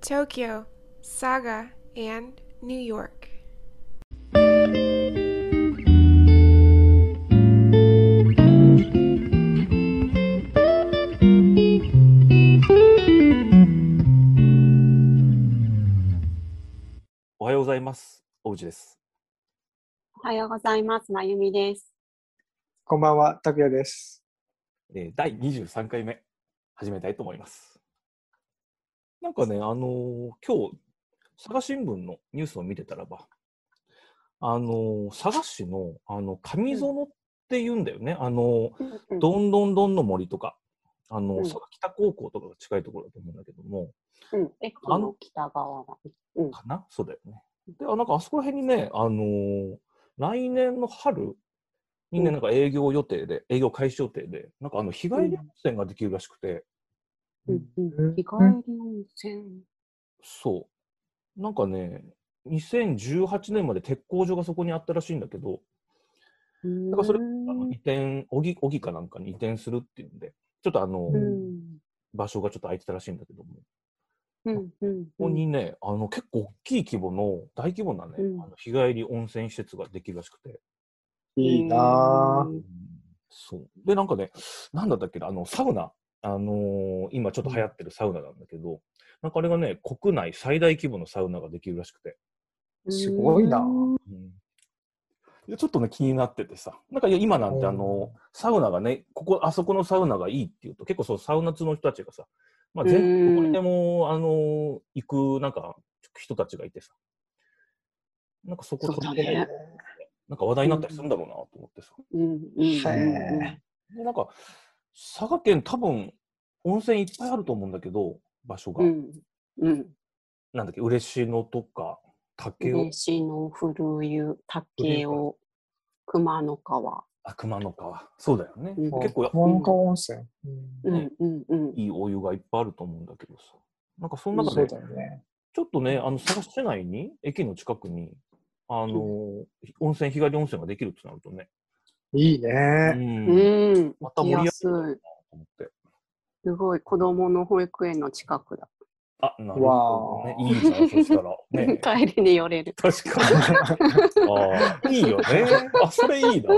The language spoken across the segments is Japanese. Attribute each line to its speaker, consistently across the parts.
Speaker 1: Tokyo, Saga, and New York.
Speaker 2: おはようございます。おうちです。
Speaker 3: おはようございます。まゆみです。
Speaker 4: こんばんは、拓也です。
Speaker 2: えー第23回目、始めたいと思います。なんかね、あのー今日、佐賀新聞のニュースを見てたらば、あのー佐賀市の、あの、上園って言うんだよね。あの
Speaker 3: うんうん
Speaker 2: どんどんどんの森とか、あの、
Speaker 3: うん
Speaker 2: 佐賀北高校とかが近いところだと思うんだけども、
Speaker 3: うん、駅の北側が。うん
Speaker 2: かなそうだよね。で、あなんかあそこら辺にね、あのー来年の春にね、
Speaker 3: うん
Speaker 2: なんか営業予定で、営業開始予定で、なんかあの日帰り温泉ができるらしくて、
Speaker 3: うんう
Speaker 4: うんん
Speaker 3: 日帰り温泉。
Speaker 2: そう。なんかね、2018年まで鉄工所がそこにあったらしいんだけど、
Speaker 3: だ
Speaker 2: だからそれ
Speaker 3: う
Speaker 2: あの
Speaker 3: ん
Speaker 2: 移転、小木小木かなんかに移転するっていうんで、ちょっとあの、
Speaker 3: うん
Speaker 2: 場所がちょっと空いてたらしいんだけども、
Speaker 3: うんうん
Speaker 2: ここにね、あの結構大きい規模の、大規模なね、
Speaker 3: うん
Speaker 2: あの日帰り温泉施設ができるらしくて、
Speaker 4: いいなぁ。
Speaker 2: そう。で、なんかね、なんだったっけな、あの、サウナ、あのー今ちょっと流行ってるサウナなんだけど、なんかあれがね、国内最大規模のサウナができるらしくて、
Speaker 4: すごいなぁ。
Speaker 2: でちょっとね、気になっててさ、なんかいや今なんて、
Speaker 4: うん
Speaker 2: あの、サウナがね、ここ、あそこのサウナがいいっていうと、結構そう、サウナ通の人たちがさ、まあ、全
Speaker 3: う
Speaker 2: 国
Speaker 3: ん
Speaker 2: どこにでも、あの、行く、なんか、人たちがいてさ、なんかそこ
Speaker 3: そうだね
Speaker 2: 取り込もうなんか話題になったりするんだろうなと思ってさ。
Speaker 3: うんうん
Speaker 4: へぇ
Speaker 2: で、なんか、佐賀県多分、温泉いっぱいあると思うんだけど、場所が。
Speaker 3: うんうんうん。
Speaker 2: なんだっけ、嬉野とか、竹雄、
Speaker 3: 嬉野、古湯、竹雄、熊野川。
Speaker 2: あ、熊野川。そうだよね。
Speaker 3: うん
Speaker 2: 結構や
Speaker 4: 熊本温泉。う
Speaker 3: う
Speaker 2: ね
Speaker 3: んうんうん。
Speaker 2: いいお湯がいっぱいあると思うんだけどさ。なんかその
Speaker 4: ん
Speaker 2: 中
Speaker 4: そう
Speaker 2: で、
Speaker 4: だよね。
Speaker 2: ちょっとね、あの、佐賀市内に、駅の近くに、あのー温泉、日帰り温泉ができるってなるとね、
Speaker 4: いいうね。
Speaker 2: ん、
Speaker 3: うん。
Speaker 2: また盛り上がる
Speaker 3: 行きやすい
Speaker 2: と思って。
Speaker 3: すごい。子供の保育園の近くだ。
Speaker 2: あ、なるほどね。いいじゃん、そしたら。ね
Speaker 3: 帰りに寄れる。
Speaker 2: 確かに。ああ、いいよね。あ、それいいな。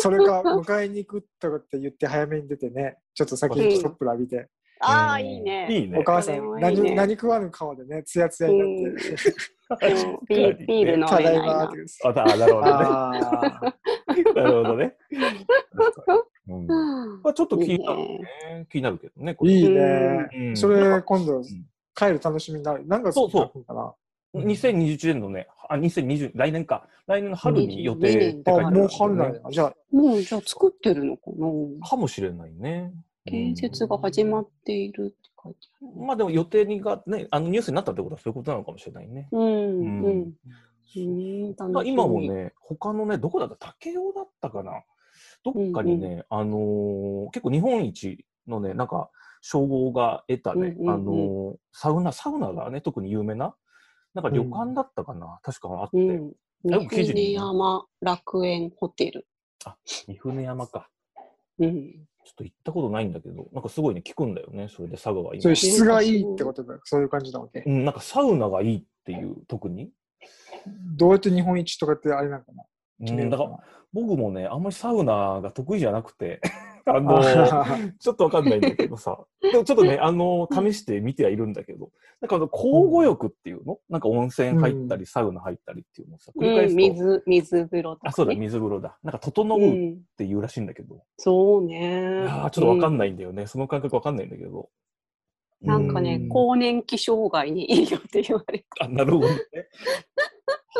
Speaker 4: それか、迎えに行くとかって言って早めに出てね、ちょっと先にストップラ見て、
Speaker 3: ああ、
Speaker 2: うん
Speaker 3: いいね。
Speaker 2: いいね
Speaker 4: お。母さ
Speaker 3: それも
Speaker 4: ん
Speaker 3: いいね
Speaker 4: 何何食わぬ顔でね、ツヤツヤになって、
Speaker 3: うんビービー ル飲
Speaker 4: た
Speaker 3: めな
Speaker 4: だ
Speaker 3: い
Speaker 4: い
Speaker 3: な
Speaker 4: まーって。言うんです
Speaker 2: あ、だなるほどね。
Speaker 4: あー
Speaker 2: なるほどね。 うんま
Speaker 3: うん
Speaker 2: あ、ちょっと気になる
Speaker 3: いい
Speaker 2: ね。気になるけどね。これ
Speaker 4: いいね。
Speaker 2: うん
Speaker 4: それ、今度
Speaker 2: ん、
Speaker 4: 帰る楽しみになる。なんか
Speaker 2: そうそう
Speaker 4: うかな。
Speaker 2: 2021年のね、あ、2020、来年か。来年の春に予定って書いてあ
Speaker 4: あ、
Speaker 2: る、
Speaker 4: もう春なんや。じゃあ、
Speaker 3: もうじゃあ作ってるのかな
Speaker 2: かもしれないね。
Speaker 3: 建設が始まっているって書いてあ
Speaker 2: うんまあでも予定にがね、あのニュースになったってことはそういうことなのかもしれないね。
Speaker 3: る。うんうん。
Speaker 2: う
Speaker 3: うんん
Speaker 2: まあ、今も。ね、他のね、どこだった竹雄だったかなどっかにね、あのー結構日本一のね、なんか、称号が得たね、
Speaker 3: うんうんうん
Speaker 2: あのーサウナ、サウナがね、特に有名な、なんか旅館だったかな、確かあって、
Speaker 3: 楽しみうん。
Speaker 2: よく記事に
Speaker 3: 三山楽園ホテル。
Speaker 2: 三船山か。
Speaker 3: うん。
Speaker 2: ちょっと行ったことないんだけど、なんかすごいね、聞くんだよね、それで佐賀は
Speaker 4: そう
Speaker 2: 今
Speaker 4: いう。質がいいってことだ。そういう感じなわけ
Speaker 2: う。ん、なんかサウナがいいっていう、特に。
Speaker 4: どうやって日本一とかってあれなんかな
Speaker 2: う
Speaker 4: 決め
Speaker 2: ん、
Speaker 4: る
Speaker 2: だ
Speaker 4: の
Speaker 2: か
Speaker 4: からな
Speaker 2: 僕もね、あんまりサウナが得意じゃなくて、 あのー
Speaker 4: あー
Speaker 2: ちょっとわかんないんだけど さ。でもちょっとね、あの、試してみてはいるんだけど、なんかあの、交互浴っていうのなんか温泉入ったり、サウナ入ったりっていうのをさ、繰り返
Speaker 3: う
Speaker 2: すと、
Speaker 3: ん、水、水風呂とか、ね。
Speaker 2: あ、そうだ、水風呂だ。なんか、整
Speaker 3: う
Speaker 2: うっ
Speaker 3: ん。
Speaker 2: ていうらしいんだけど、
Speaker 3: そう
Speaker 2: い
Speaker 3: ね。
Speaker 2: やーちょっとわかん
Speaker 3: い。
Speaker 2: ないんだよね。その感覚わかんないんだけど。
Speaker 3: なんかね
Speaker 2: う、
Speaker 3: 更年期障害にいいよって言われ
Speaker 2: あ、なるほどね。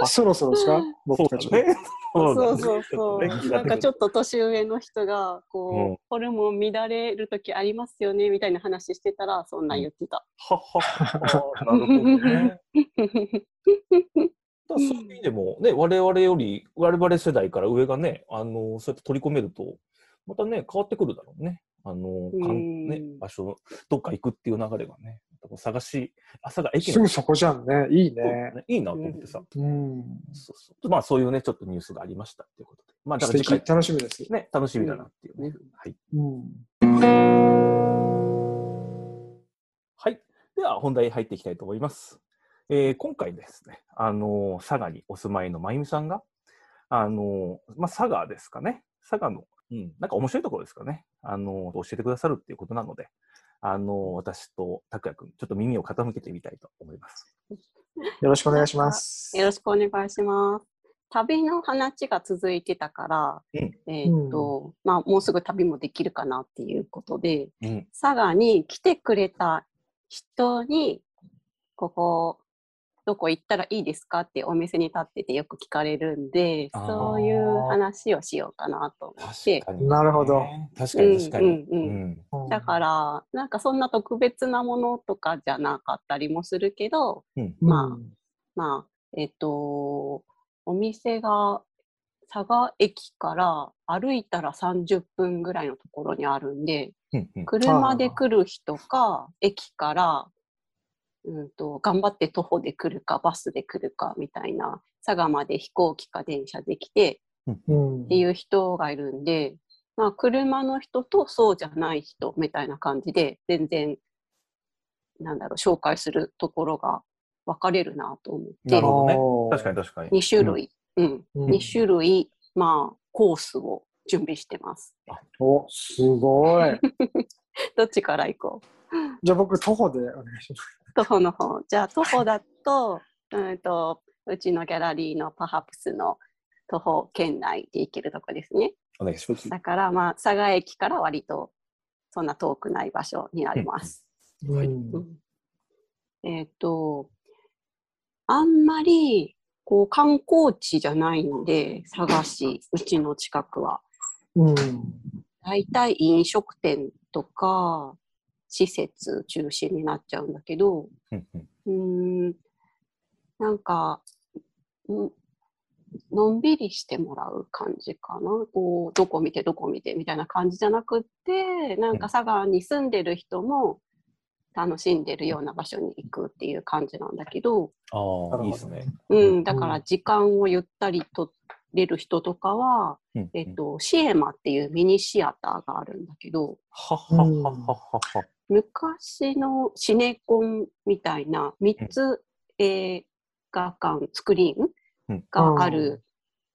Speaker 4: そろそろで すか
Speaker 2: そ
Speaker 4: 僕
Speaker 2: う
Speaker 4: たち
Speaker 2: だね。
Speaker 3: そう
Speaker 2: だ
Speaker 3: そ
Speaker 2: ね
Speaker 3: うそ
Speaker 2: ちょっと
Speaker 3: う
Speaker 2: ね気にな
Speaker 3: な
Speaker 2: っ
Speaker 3: ん
Speaker 2: てく
Speaker 3: か
Speaker 2: る
Speaker 3: ちょっと年上の人がこう、
Speaker 2: うん
Speaker 3: ホルモン乱れる時ありますよねみたいな話してたらそんなん言って た。
Speaker 2: はっはっは。なるほどね。だからそういう意味でも、ね、我々より、我々世代から上がね、あの、そうやって取り込めると、またね、変わってくるだろうね。あの、かんね
Speaker 3: うん、
Speaker 2: 場所、どっか行くっていう流れがね、探し、朝が駅
Speaker 4: す
Speaker 2: の
Speaker 4: ぐそこじゃんね。いいね。
Speaker 2: ね、いいなと思ってさ、
Speaker 4: うん。
Speaker 2: そうそう。まあ、そういうね、ちょっとニュースがありましたっていうことで。まあ、だ
Speaker 4: 素
Speaker 2: から次
Speaker 4: 敵
Speaker 2: 回、
Speaker 4: 楽しみです。
Speaker 2: ね、楽しみだなっていうね。
Speaker 3: う
Speaker 2: はい。
Speaker 4: うん。
Speaker 2: はい。では本題に入っていきたいと思います。えー今回ですね、あのー佐賀にお住まいのまゆみさんが、あのーまあ、佐賀ですかね、佐賀の、うん、なんか面白いところですかね、あのー教えてくださるっていうことなので、あのー私と拓也君、ちょっと耳を傾けてみたいと思います。
Speaker 4: よろしくお願いします。
Speaker 3: よろしくお願いします。旅の話が続いてたから、えーっと、まあ、もうすぐ旅もできるかなっていうことで、
Speaker 2: うん
Speaker 3: 佐賀に来てくれた人に、ここ、どこ行ったらいいですかってお店に立っててよく聞かれるんで、
Speaker 2: あー
Speaker 3: そういう話をしようかなと思って。
Speaker 2: かに
Speaker 4: なるほど。
Speaker 2: 確かに確かに。
Speaker 3: うんうんうん
Speaker 2: うん
Speaker 3: だから、なんかそんな特別なものとかじゃなかったりもするけど、
Speaker 4: うん
Speaker 3: ままあ、えっと、お店が佐賀駅から歩いたら30分ぐらいのところにあるんで、
Speaker 2: うんうん
Speaker 3: 車で来る人か、駅から、うんと、頑張って徒歩で来るか、バスで来るかみたいな、佐賀まで飛行機か電車で来て
Speaker 4: うん
Speaker 3: っていう人がいるんで、まあ、車の人とそうじゃない人みたいな感じで、全然、なんだろう、紹介するところが分かれるなと思って。
Speaker 2: なるほどね
Speaker 4: おー
Speaker 2: 確かに確かに。
Speaker 3: 2種類、うん、
Speaker 4: うん
Speaker 3: 2種類、まあ、コースを準備してます。
Speaker 4: お、す ごい。
Speaker 3: どっちから行こう
Speaker 4: じゃあ僕、徒歩でお願いします。
Speaker 3: 徒歩の方。じゃあ、徒歩だと、うんと、うちのギャラリーのパハプスの徒歩圏内で行けるとこですね。
Speaker 2: お願いします。
Speaker 3: だから、まあ、佐賀駅から割と、そんな遠くない場所になります。
Speaker 4: うん
Speaker 3: うんえっ、と、あんまり、こう、観光地じゃないんで、佐賀市、うちの近くは。
Speaker 4: うん。
Speaker 3: 大体飲食店とか施設中心になっちゃうんだけど、
Speaker 2: うんうん
Speaker 3: うーん、なんか、んのんびりしてもらう感じかな。こう、どこ見てどこ見てみたいな感じじゃなくって、なんか佐賀に住んでる人も楽しんでるような場所に行くっていう感じなんだけど、
Speaker 2: ああ、いいですね。
Speaker 3: うん、だか
Speaker 4: う
Speaker 3: ら時間をゆったりとれる人とかは、
Speaker 2: うん
Speaker 3: えっと、シエマっていうミニシアターがあるんだけど、
Speaker 2: はっはっはっはっはっは。
Speaker 3: 昔のシネコンみたいな3つ映画館、スクリー
Speaker 2: うん
Speaker 3: ンがある、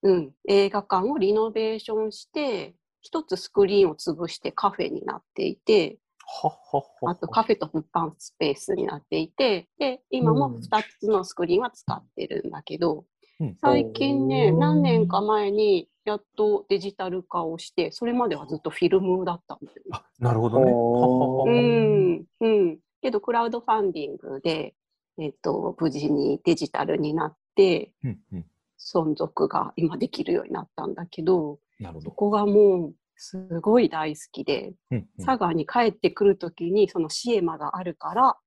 Speaker 3: うん、映画館をリノベーションして、一つスクリーンを潰してカフェになっていて、
Speaker 2: はっはっは。
Speaker 3: あとカフェと物販スペースになっていて、で、今も
Speaker 4: うん
Speaker 3: 2つのスクリーンは使ってるんだけど
Speaker 2: うん、
Speaker 3: 最近ね、
Speaker 4: おー
Speaker 3: 何年か前にやっとデジタル化をして、それまではずっとフィルムだったんだよね。
Speaker 2: あ、なるほどね。はっ
Speaker 4: お
Speaker 2: は
Speaker 4: ー
Speaker 2: っは。
Speaker 3: うん、うん。けど、クラウドファンディングで、えっと、無事にデジタルになって、
Speaker 2: うんうん
Speaker 3: 存続が今できるようになったんだけど、
Speaker 2: なるほ
Speaker 3: そ
Speaker 2: ど。
Speaker 3: こがもう、すごい大好きで、
Speaker 2: うんうん
Speaker 3: 佐賀に帰ってくるときに、そのシエマがあるから、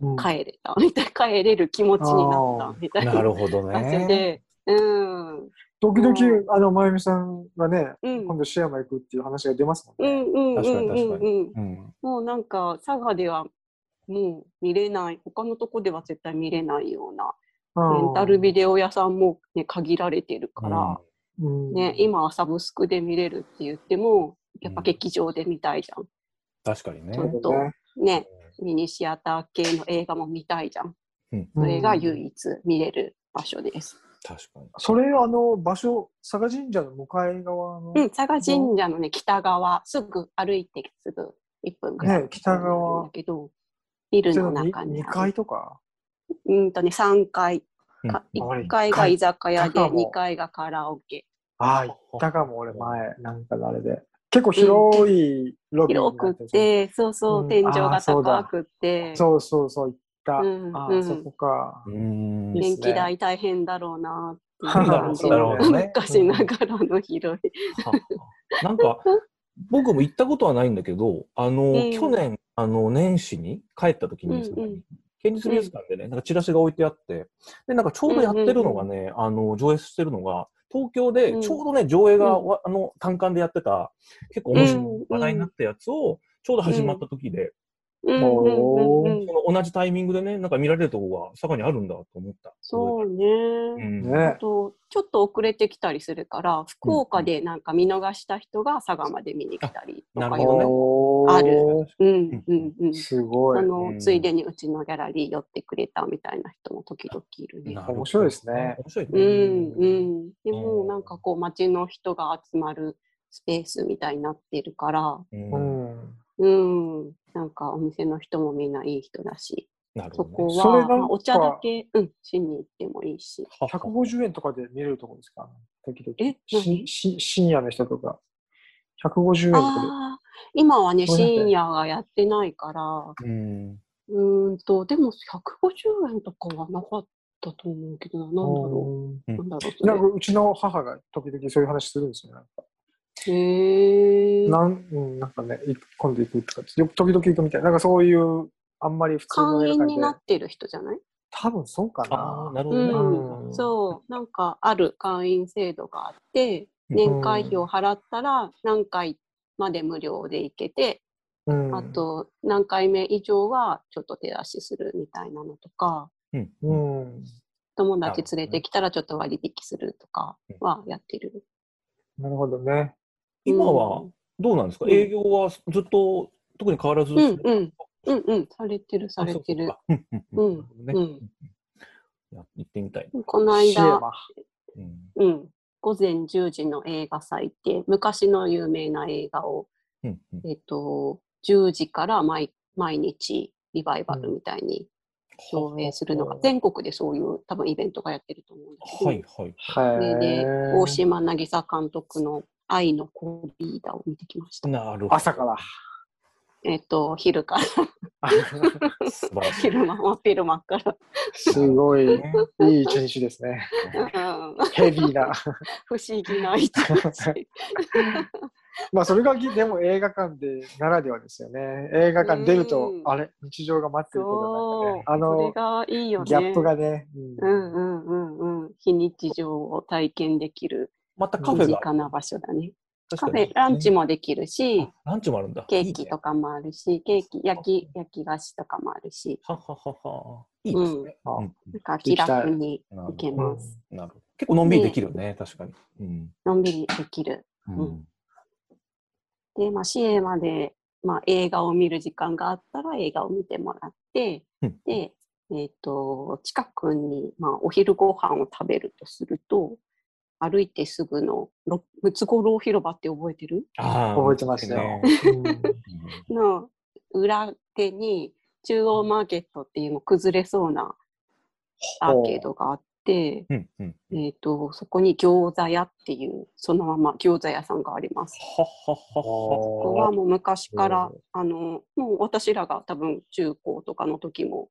Speaker 4: うん
Speaker 3: 帰れた、みたいな、帰れる気持ちにな
Speaker 4: あ
Speaker 3: った
Speaker 4: ー、
Speaker 3: みたい
Speaker 2: な
Speaker 3: な
Speaker 2: るほど
Speaker 3: 感じ
Speaker 2: ね。
Speaker 3: で、うん、
Speaker 4: 時
Speaker 3: う
Speaker 4: 々、あの、まゆみさんがね、
Speaker 3: うん、
Speaker 4: 今度、シェアマ行くっていう話が出ますもん
Speaker 3: う
Speaker 4: ね。
Speaker 3: ん、うん、うん、
Speaker 2: 確かに確かに
Speaker 3: うん、うん。
Speaker 2: うん
Speaker 3: もうなんか、佐賀では、もう見れない、他のとこでは絶対見れないような、レンタルビデオ屋さんも、ね、限られてるから、
Speaker 4: うん
Speaker 3: ね、今はサブスクで見れるって言っても、やっぱ劇場で見たいじゃん。
Speaker 2: 確かにね
Speaker 3: ちょ。っとね、ミニシアター系の映画も見たいじゃん。それが唯
Speaker 4: 一。
Speaker 3: 一見れる場所です。
Speaker 2: 確かに。
Speaker 4: それ、あの、場所、佐賀神社の向かい側の、
Speaker 3: うん、佐賀神社のね、北側、すぐ歩いてすぐ1分ぐらい。
Speaker 4: ね北側
Speaker 3: だけど、ビル
Speaker 4: そ
Speaker 3: の
Speaker 4: の
Speaker 3: 中に
Speaker 4: 2
Speaker 3: ある
Speaker 4: 階。とか。
Speaker 3: うんとね、3階。か
Speaker 2: うん
Speaker 4: うん
Speaker 3: 1階が居酒屋で、
Speaker 4: 高も
Speaker 3: 2階がカラオケ。
Speaker 4: ああ、行ったかも、俺、前、なんかあれで。結構広いロビー
Speaker 3: 広
Speaker 4: にな
Speaker 3: く
Speaker 4: ってる
Speaker 3: て、そうそうう、
Speaker 4: ん
Speaker 3: 天井
Speaker 4: あー
Speaker 3: が
Speaker 4: そうだ
Speaker 3: 高くて、
Speaker 4: そうそうそう、行った。
Speaker 3: うん
Speaker 4: ああ、
Speaker 3: うん
Speaker 4: そこか。
Speaker 2: うん
Speaker 4: いい
Speaker 3: 電
Speaker 4: っすね
Speaker 3: 気代大変だろうなって いう
Speaker 2: な
Speaker 3: 感
Speaker 2: る
Speaker 3: じ
Speaker 2: ほどなる
Speaker 3: の、
Speaker 2: ほどね。
Speaker 3: 昔ながらの広い。
Speaker 2: はっは なんか、僕も行ったことはないんだけど、あの、
Speaker 3: うん
Speaker 2: 去年、あの、年始に帰った時にですね、
Speaker 3: うんうん
Speaker 2: 県立美術館でね、なんかチラシが置いてあって、で、なんかちょうどやってるのがね、あの、上映してるのが、東京で
Speaker 3: うん
Speaker 2: ちょうどね、上映が、
Speaker 3: うん
Speaker 2: わあの、単館でやってた、結構面白い
Speaker 3: うん
Speaker 2: 話題になったやつを、ちょうど始まった時で、
Speaker 3: うんうんうんうん
Speaker 2: その同じタイミングでね、なんか見られるとこが佐賀にあるんだと思った。
Speaker 3: そう
Speaker 2: う
Speaker 3: ね。
Speaker 2: ん。
Speaker 3: あ
Speaker 4: ね。
Speaker 3: とちょっと遅れてきたりするから、福岡でなんか見逃した人が佐賀まで見に来たりと
Speaker 2: な
Speaker 3: か
Speaker 2: るほどね
Speaker 3: よ
Speaker 4: お
Speaker 3: あ
Speaker 4: ー。
Speaker 3: うなうんうんうん。
Speaker 4: すご
Speaker 3: あ
Speaker 4: い。
Speaker 3: の、
Speaker 2: うん
Speaker 3: ついでにうちのギャラリー寄ってくれたみたいな人も時々いるね
Speaker 2: なる。ほど
Speaker 4: 面白いですね
Speaker 2: 面白いね
Speaker 3: うんうん。でも
Speaker 2: うん
Speaker 3: なんかこう街の人が集まるスペースみたいになってるから、
Speaker 2: うん
Speaker 4: うん。
Speaker 3: うん、なんかお店の人もみんないい人だし、
Speaker 2: なるほ
Speaker 3: そ
Speaker 2: どね
Speaker 3: こ
Speaker 4: それな
Speaker 3: は
Speaker 4: んか
Speaker 3: まあお茶だけ、うん、しに行ってもいいし。
Speaker 2: はは
Speaker 4: 150円とかで見れるとこですか時々。
Speaker 3: え
Speaker 4: し
Speaker 3: 何
Speaker 4: し深夜の人とか。150円とか
Speaker 3: ああ、今はね、
Speaker 4: そうだね
Speaker 3: 深夜がやってないから、
Speaker 2: うん。
Speaker 3: うーんと、でも150円とかはなかったと思うけどな、なんだろう。な
Speaker 4: で。うん
Speaker 3: んだろう、そ
Speaker 4: なん
Speaker 3: れ
Speaker 4: か。うちの母が時々そういう話するんですよ。なんか
Speaker 3: へえ。
Speaker 4: なんうん、なんかね、い今度行くとかって、よく時々行くみたいな、なんかそういう、あんまり普通の
Speaker 3: 会
Speaker 4: 映
Speaker 3: 員
Speaker 4: 画
Speaker 3: に
Speaker 4: 館で
Speaker 3: な、ってる人じゃない
Speaker 4: 多分そうか
Speaker 2: ああ、な
Speaker 4: な。
Speaker 2: るほ
Speaker 3: う
Speaker 2: どね。
Speaker 3: ん、
Speaker 4: うん
Speaker 3: そう、なんかある会員制度があって、
Speaker 2: うん
Speaker 3: 年会費を払ったら何回まで無料で行けて、
Speaker 4: うん
Speaker 3: あ、と何回目以上はちょっと手出しするみたいなのとか、
Speaker 2: うん
Speaker 4: う
Speaker 2: うん
Speaker 4: ん、
Speaker 3: 友達連れてきたらちょっと割引するとかはやってる。
Speaker 4: なるほどね。
Speaker 2: 今
Speaker 3: う
Speaker 2: は
Speaker 3: ん
Speaker 2: どうなんですか
Speaker 3: うん
Speaker 2: 営業はずっと特に変わらず
Speaker 3: う
Speaker 2: です
Speaker 3: ん
Speaker 2: ね。
Speaker 3: うんうんうん、されてる
Speaker 2: あ
Speaker 3: されて。る
Speaker 2: そ。うかうんうんうんなる
Speaker 3: う
Speaker 2: ほどね
Speaker 3: ん
Speaker 2: や行ってみたい。
Speaker 3: この
Speaker 4: シエ
Speaker 3: 間、
Speaker 4: マ。
Speaker 2: うん
Speaker 3: うん、午前10時の映画祭って、昔の有名な映画を、
Speaker 2: うんうん
Speaker 3: えっと、10時から毎毎日リバイバルみたいに上映するのが、
Speaker 4: うん
Speaker 3: 全国でそういう多分イベントがやってると思うんだけど、
Speaker 2: はいはい。
Speaker 3: そ
Speaker 4: は
Speaker 3: れで
Speaker 4: い。
Speaker 3: 大島渚監督の「愛のコリーダ」を見てきました。
Speaker 2: なるほど。
Speaker 4: 朝から。
Speaker 3: えっと、昼から、
Speaker 2: 素晴らしい。
Speaker 3: 昼間、真っ昼間から。
Speaker 4: すごい、いい一日ですね。
Speaker 3: うん
Speaker 4: ヘビーな。
Speaker 3: 不思議な一日。
Speaker 4: まあ、それがぎでも映画館でならではですよね。映画館出ると
Speaker 3: うん、
Speaker 4: あれ、日常が待ってるけど、なんかね、
Speaker 3: そう
Speaker 4: あ
Speaker 3: それ
Speaker 4: の、
Speaker 3: がいいよね。
Speaker 4: ギャップがね、うん
Speaker 3: うんうんうんうん。非日常を体験できる
Speaker 2: またカフ
Speaker 3: 身
Speaker 2: ェが。
Speaker 3: 近な場所だね。カ
Speaker 2: 確
Speaker 3: フ
Speaker 2: かに
Speaker 3: ェ、ランチもできるし
Speaker 2: あ、ランチもあるんだ。
Speaker 3: ケーキと
Speaker 2: か。
Speaker 3: かもあるし、ケーキ、焼き、焼き菓子とかもあるし、
Speaker 2: はははは。いいですね。
Speaker 4: うん
Speaker 2: うん
Speaker 3: なんか気楽に
Speaker 2: なるほ
Speaker 3: 行け
Speaker 2: ど
Speaker 3: ます。
Speaker 2: なるほど結構のんびりできるね、確かに。うん。
Speaker 3: のんびりできる。
Speaker 2: うん
Speaker 3: うんで、まあ、市営まで、まあ、映画を見る時間があったら映画を見てもらって、
Speaker 2: うん
Speaker 3: で、えっ、と、近くに、まあ、お昼ご飯を食べるとすると、歩いてすぐのろムツゴロウ広場って覚えてる
Speaker 2: ああ。
Speaker 4: 覚えてましたよ。うん
Speaker 3: の裏手に中央マーケットっていうもう崩れそうなアーケードがあって、
Speaker 2: うんうん。
Speaker 3: えっ、と、そこに餃子屋っていう、そのまま餃子屋さんがあります。
Speaker 2: はははは。
Speaker 3: ここは
Speaker 4: おー
Speaker 3: もう昔から
Speaker 4: おー、
Speaker 3: あの、もう私らが多分中高とかの時も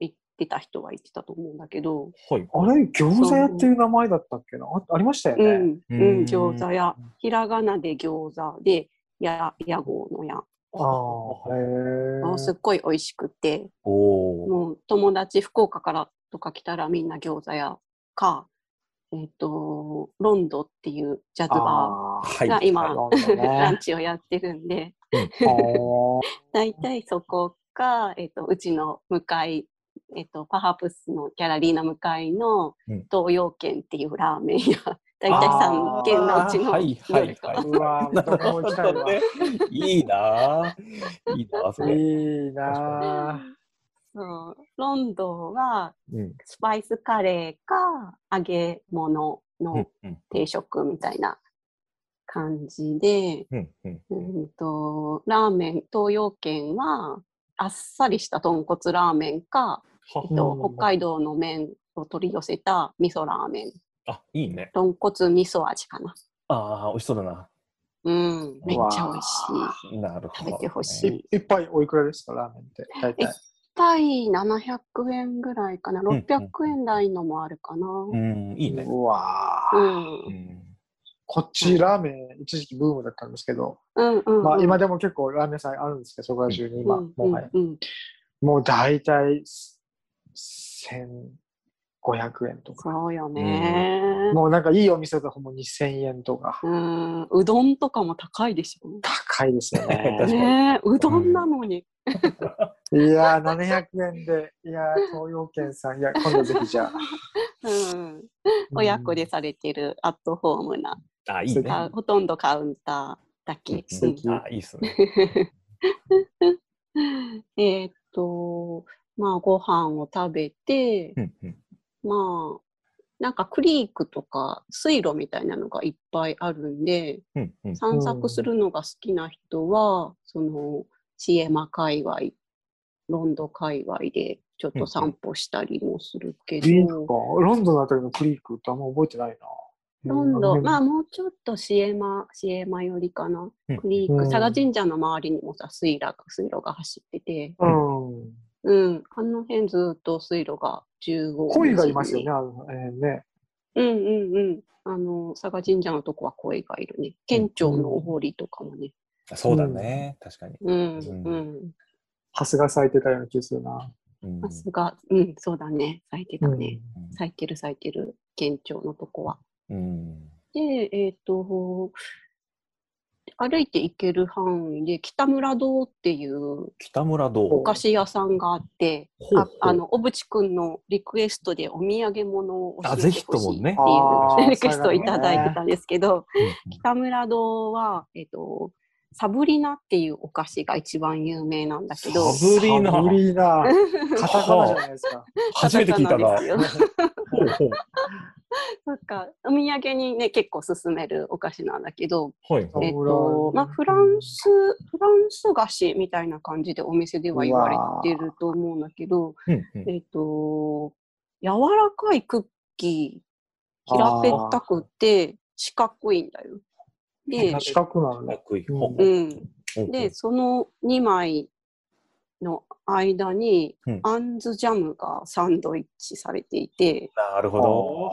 Speaker 3: 行ってた人は行ってたと思うんだけど、
Speaker 2: はい。
Speaker 4: あれ、餃子屋っていう名前だったっけなあありましたよ
Speaker 3: う
Speaker 4: ね。
Speaker 3: ん、
Speaker 2: う
Speaker 3: うんん、餃子屋、ひらがなで餃子で、や、屋号の屋。
Speaker 4: ああ、へえ。
Speaker 3: もうすっごい美味しくて、
Speaker 2: おー
Speaker 3: もう友達福岡からとか来たらみんな餃子屋か、えっ、と、ロンドっていうジャズバ
Speaker 4: あー
Speaker 2: は
Speaker 3: が今
Speaker 4: なるほ
Speaker 3: ー、
Speaker 4: ど
Speaker 3: ラン
Speaker 4: ね。
Speaker 3: チをやってるんで、
Speaker 4: おー
Speaker 3: 大体そこか、えっとうちの向かい、えっとパハプスのギャラリーの向かいの
Speaker 2: うん
Speaker 3: 東洋軒っていうラーメ ン屋、大体
Speaker 4: あ
Speaker 3: 3
Speaker 4: ー
Speaker 3: 軒のうち
Speaker 2: は
Speaker 3: の
Speaker 2: い
Speaker 3: どれか
Speaker 2: はいは
Speaker 4: うわー、どこも行きたいわ。い
Speaker 2: いいなぁ。いいなぁ、それ。
Speaker 4: いな
Speaker 3: そうロンドンは
Speaker 2: うん
Speaker 3: スパイスカレーか揚げ物の
Speaker 2: うん
Speaker 3: 定食みたいな感じで、
Speaker 2: うんうん
Speaker 3: う。んとラーメン東洋軒はあっさりした豚骨ラーメンかえっ
Speaker 4: う
Speaker 3: と
Speaker 4: ん、
Speaker 3: 北海道の麺を取り寄せた味噌ラーメン。
Speaker 2: あ、いいね。
Speaker 3: 豚骨味噌味かな。
Speaker 2: ああ、美味しそうだな。
Speaker 3: うん、めっちゃ美味し
Speaker 4: う
Speaker 3: い。
Speaker 2: なるほど。
Speaker 3: 食べてほし
Speaker 4: ぁ。
Speaker 3: い
Speaker 4: い一杯おいくらですか、ラーメンって。大体。
Speaker 3: 対700円ぐらいかな。
Speaker 2: んうん
Speaker 3: 600円台のもあるかな。
Speaker 2: うん、いいね。
Speaker 4: うわ
Speaker 3: う
Speaker 4: ー
Speaker 3: ん、
Speaker 2: う
Speaker 3: うん、
Speaker 2: ん。
Speaker 4: こっちラーメン一時期ブームだったんですけど、
Speaker 3: うん、うん。
Speaker 4: まあ今でも結構ラーメン屋さんあるんですけど、そこら中に今、
Speaker 3: うん
Speaker 4: もはや。
Speaker 3: うん、
Speaker 4: もう大体、千、 500円とか。
Speaker 3: そうよね。
Speaker 4: もうなんかいいお店だともう2000円とか。
Speaker 3: うん、うどんとかも高いでしょ。
Speaker 4: 高いですよ
Speaker 2: 確かに
Speaker 4: ね。
Speaker 3: ねえ、うどんなのに。
Speaker 4: いやー、700円で。いやー、東洋圏さん。いや、今度ぜひじゃあ。
Speaker 3: うん、 親子でされてるアットホームな、
Speaker 2: あ、いいね。
Speaker 3: か
Speaker 2: あ
Speaker 3: ほとんどカウンターだけ。
Speaker 4: 素敵
Speaker 2: いいっすね。
Speaker 3: うんえーっと、まあ、ご飯を食べて、
Speaker 2: うんうん
Speaker 3: まあ、なんかクリークとか水路みたいなのがいっぱいあるんで、
Speaker 2: うんうん
Speaker 3: 散策するのが好きな人は、その、シエマ界隈、ロンド界隈でちょっと散歩したりもするけ
Speaker 4: クリーク
Speaker 3: ど、
Speaker 4: か。ロンドンのあたりのクリークってあんま覚えてないな。
Speaker 3: ロンドン、まあ
Speaker 4: あ、
Speaker 3: もうちょっとシエマ、シエマ寄りかな
Speaker 2: うん。
Speaker 3: クリー
Speaker 4: う
Speaker 3: ク、
Speaker 4: ん
Speaker 3: 佐賀神社の周りにもさ、水路が水路が走ってて、
Speaker 4: うん。
Speaker 3: うん、あの辺ずっと水路が15
Speaker 4: 鯉がいますよね、あの、えー、ね。
Speaker 3: うんうんうん。あの、佐賀神社のとこは声がいるね。県庁のお堀とかもね。
Speaker 2: あそうだね、確かに。う
Speaker 3: うん
Speaker 2: ん
Speaker 3: うん。
Speaker 4: ハスが咲いてたような気がするな。
Speaker 2: うん
Speaker 3: さすが、うん、そうだね。咲いてたね。
Speaker 2: うん
Speaker 3: 咲いてる咲いてる、県庁のとこは。
Speaker 2: うん
Speaker 3: で、えっ、と、歩いて行ける範囲で北村堂っていう
Speaker 2: 北村
Speaker 4: お
Speaker 3: お
Speaker 2: 堂
Speaker 3: 菓子屋さんがあって、
Speaker 2: ほう
Speaker 3: ああの小渕くんのリクエストでお土産物を教
Speaker 2: あ
Speaker 3: え
Speaker 2: ぜ
Speaker 3: て
Speaker 2: ひと
Speaker 3: ほし
Speaker 2: も
Speaker 3: いってい
Speaker 2: ね
Speaker 4: あ
Speaker 3: う
Speaker 4: ー
Speaker 3: リクエストをいただいてたんですけど、
Speaker 2: うんうん
Speaker 3: 北村堂は、えっと、サブリナっていうお菓子が一番有名なんだけど、
Speaker 2: サブリーナ
Speaker 4: サブリーナ。カタカナじゃないですか。
Speaker 2: 初めて聞いたな。
Speaker 3: カタカナですよ
Speaker 2: ほうほう
Speaker 3: なんかお土産にね、結構勧めるお菓子なんだけど、
Speaker 2: はい
Speaker 4: あ
Speaker 2: はい。
Speaker 3: えっ
Speaker 4: ほら
Speaker 3: と、まあ、フランス、フランス菓子みたいな感じでお店では言われてると思うんだけど、
Speaker 2: うんうん
Speaker 3: えっと、柔らかいクッキー、平べったくて四角いんだよ。で
Speaker 2: ー
Speaker 4: 四角なのね。
Speaker 2: 楽いほうほ
Speaker 3: う
Speaker 2: う。
Speaker 3: ん、
Speaker 2: ほう
Speaker 3: で、その2枚の間に
Speaker 2: うん、
Speaker 3: あんずジャムがサンドイッチされていて、
Speaker 2: なるほど。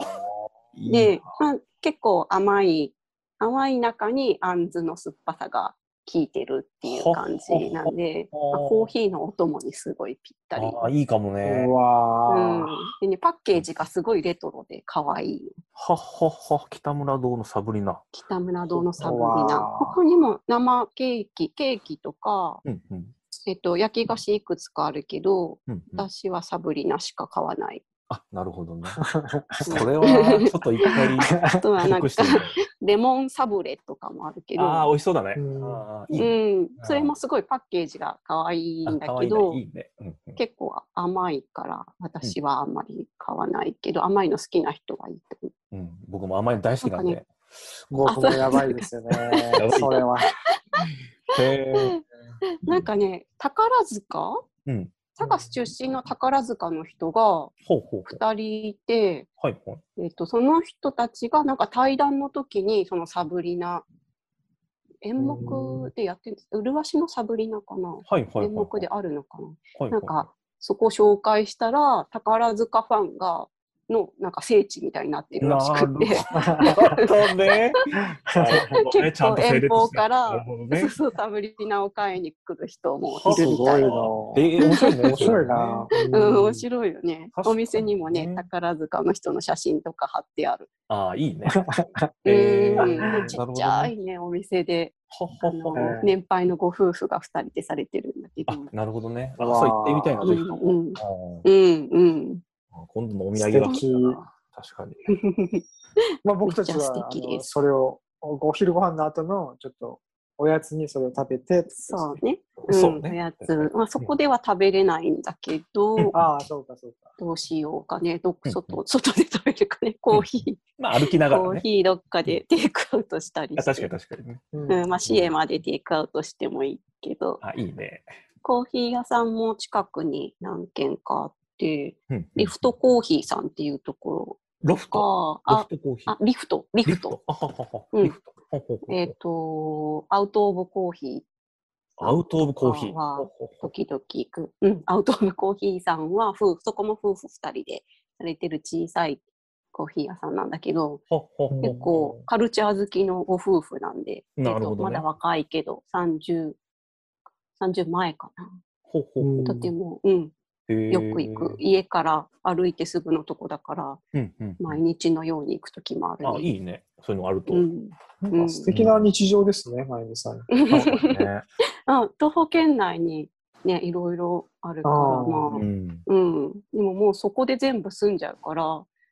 Speaker 2: いいな
Speaker 3: で、まあ、結構甘い、甘い中にあんずの酸っぱさが効いてるっていう感じなんで、
Speaker 2: ほほ
Speaker 3: まあ
Speaker 2: ほ
Speaker 3: コーヒーのお供にすごいぴったり。
Speaker 2: あーいいかもね
Speaker 4: う。
Speaker 3: う
Speaker 4: わ
Speaker 3: ん
Speaker 4: ー。
Speaker 3: でね、パッケージがすごいレトロで可愛い
Speaker 2: はっはっは、北村堂のサブリナ。
Speaker 3: 北村堂のサブリナ
Speaker 4: わあ
Speaker 3: 他にも生ケーキケーキとか、
Speaker 2: うんうん
Speaker 3: えっと、焼き菓子いくつかあるけど
Speaker 2: うんうん。
Speaker 3: 私はサブリナしか買 わない
Speaker 2: あ、なるほどね。それは、ちょっと一 回、
Speaker 3: あとは
Speaker 2: チェ
Speaker 3: な
Speaker 2: ック
Speaker 3: んか
Speaker 2: してみよう
Speaker 3: レモンサブレとかもあるけ
Speaker 2: ああ、
Speaker 3: ど、
Speaker 2: 美味しそうだね。
Speaker 4: うん
Speaker 2: あー
Speaker 3: う
Speaker 2: いいね
Speaker 3: ん、それもすごいパッケージが可愛いんだ
Speaker 2: あ可愛
Speaker 3: け
Speaker 2: いね
Speaker 3: ど
Speaker 2: いいね。うんうん
Speaker 3: 結構甘いから私はあんまり買わないけど、甘いの好きな人はいいと思
Speaker 2: うん、僕も甘いの大好きなん
Speaker 3: な
Speaker 2: で。
Speaker 4: 僕 もやばいですよね
Speaker 2: ばい。
Speaker 4: それは。
Speaker 2: へー
Speaker 3: うなんかね宝塚
Speaker 2: うん。
Speaker 3: 佐賀出身の宝塚の人が
Speaker 2: ほうほうほう。
Speaker 3: 2人いて、
Speaker 2: はいはい。
Speaker 3: えっとその人たちがなんか対談の時にそのサブリナ演目でやってるんです麗しのサブリナかな
Speaker 2: はいはいはい。
Speaker 3: 演目であるのかな、
Speaker 2: はいはい、
Speaker 3: なんかそこ紹介したら宝塚ファンがのなんか聖地みたいにな ってるらしくて
Speaker 2: なるほどね。なるほどね
Speaker 3: 結構遠方から
Speaker 2: なるほど
Speaker 3: そう
Speaker 2: ね。
Speaker 3: そうサブリナを買いに来る人も
Speaker 2: あ
Speaker 3: い
Speaker 4: す
Speaker 3: るみた
Speaker 4: ご
Speaker 3: い
Speaker 4: いな。
Speaker 3: な。
Speaker 2: え
Speaker 4: 面
Speaker 2: ー面白いね。
Speaker 4: 白いな。
Speaker 3: うん、面
Speaker 4: い。
Speaker 3: 白いよね。
Speaker 2: 確かにね
Speaker 3: お店にもね、宝塚の人の写真とか貼ってある。
Speaker 2: ああ、い いね。えー
Speaker 3: うん、ちっちゃいね、お店で、
Speaker 2: ほほ
Speaker 3: あ
Speaker 2: ほ
Speaker 3: の
Speaker 4: えー
Speaker 3: 年配のご夫婦が2人でされてるんだけ
Speaker 2: あ
Speaker 3: ど。、
Speaker 2: なるほどね。あ
Speaker 4: わ
Speaker 2: そ
Speaker 4: ー
Speaker 2: う行ってみたいな、
Speaker 3: う
Speaker 2: ぜ
Speaker 3: ん
Speaker 2: ひとも。
Speaker 3: うん
Speaker 2: あ
Speaker 3: うんうん。
Speaker 2: ー今度のお土
Speaker 4: 素
Speaker 2: 産が欲しい
Speaker 4: 敵。
Speaker 2: な。確かに。
Speaker 4: まあ僕たち
Speaker 3: めっちゃ
Speaker 4: は
Speaker 3: 素敵
Speaker 4: あ
Speaker 3: で
Speaker 4: の
Speaker 3: す
Speaker 4: それをおお昼ご飯の後のちょっとおやつにそれを食べて。
Speaker 3: そうね。
Speaker 2: そ
Speaker 3: うん、
Speaker 2: うね
Speaker 3: おやつ。まあそこでは食べれないんだけど、
Speaker 4: ああ、そうかそうか。
Speaker 3: どうしようかね。どっ
Speaker 2: うん
Speaker 3: 外 外で食べるかね。コーヒ
Speaker 2: まあ、歩きな
Speaker 3: ー、
Speaker 2: が
Speaker 3: コ
Speaker 2: ら
Speaker 3: ー
Speaker 2: ね。
Speaker 3: ヒーどっかでテイクアウトしたり
Speaker 2: あ
Speaker 3: し
Speaker 2: 確かに
Speaker 3: て。
Speaker 2: 確かにね。
Speaker 4: うん
Speaker 3: うん、まあ、市営までテイクアウトしてもいいけど、
Speaker 2: あ、いいね。
Speaker 3: コーヒー屋さんも近くに何軒かあって、
Speaker 2: うん
Speaker 3: リフトコーヒーさんっていうとこ
Speaker 2: ロフト。
Speaker 3: ろ
Speaker 2: ロ
Speaker 3: が、
Speaker 2: フ
Speaker 3: あ、
Speaker 2: トコーヒー
Speaker 3: あ。リフト、リ
Speaker 2: リ
Speaker 3: フ
Speaker 2: フ
Speaker 3: ト。
Speaker 2: ト。あははは
Speaker 3: うん
Speaker 2: リフト。ほほほ
Speaker 3: えっ、と、アウト・オブ・コーヒー。
Speaker 2: アウトオブコーヒー。
Speaker 3: は
Speaker 2: ほほほ
Speaker 3: 時々行く。うん、アウト・オブ・コーヒーさんは、夫婦、そこも夫婦二人でされてる小さいコーヒー屋さんなんだけど、
Speaker 2: ほほほ
Speaker 3: 結構カルチャー好きのご夫婦なんで、
Speaker 2: なる
Speaker 3: えっ
Speaker 2: ほど
Speaker 3: と
Speaker 2: ね
Speaker 3: まだ若いけど、30、30前かな。
Speaker 2: ほほほ
Speaker 4: うん
Speaker 3: とても、うん、
Speaker 2: よ
Speaker 3: よく行く。家から歩いてすぐのとこだから、
Speaker 2: うんうん。
Speaker 3: 毎日のように行くときもある、
Speaker 2: あ、いいね。そういうのあると。
Speaker 3: うん。
Speaker 4: なんか素敵な日常ですね、まゆみさん。
Speaker 2: そうだね。
Speaker 3: あ東方圏内にね、いろいろあるから、
Speaker 4: あー
Speaker 3: まあ、
Speaker 2: うん。
Speaker 3: うん。でももうそこで全部住んじゃうから、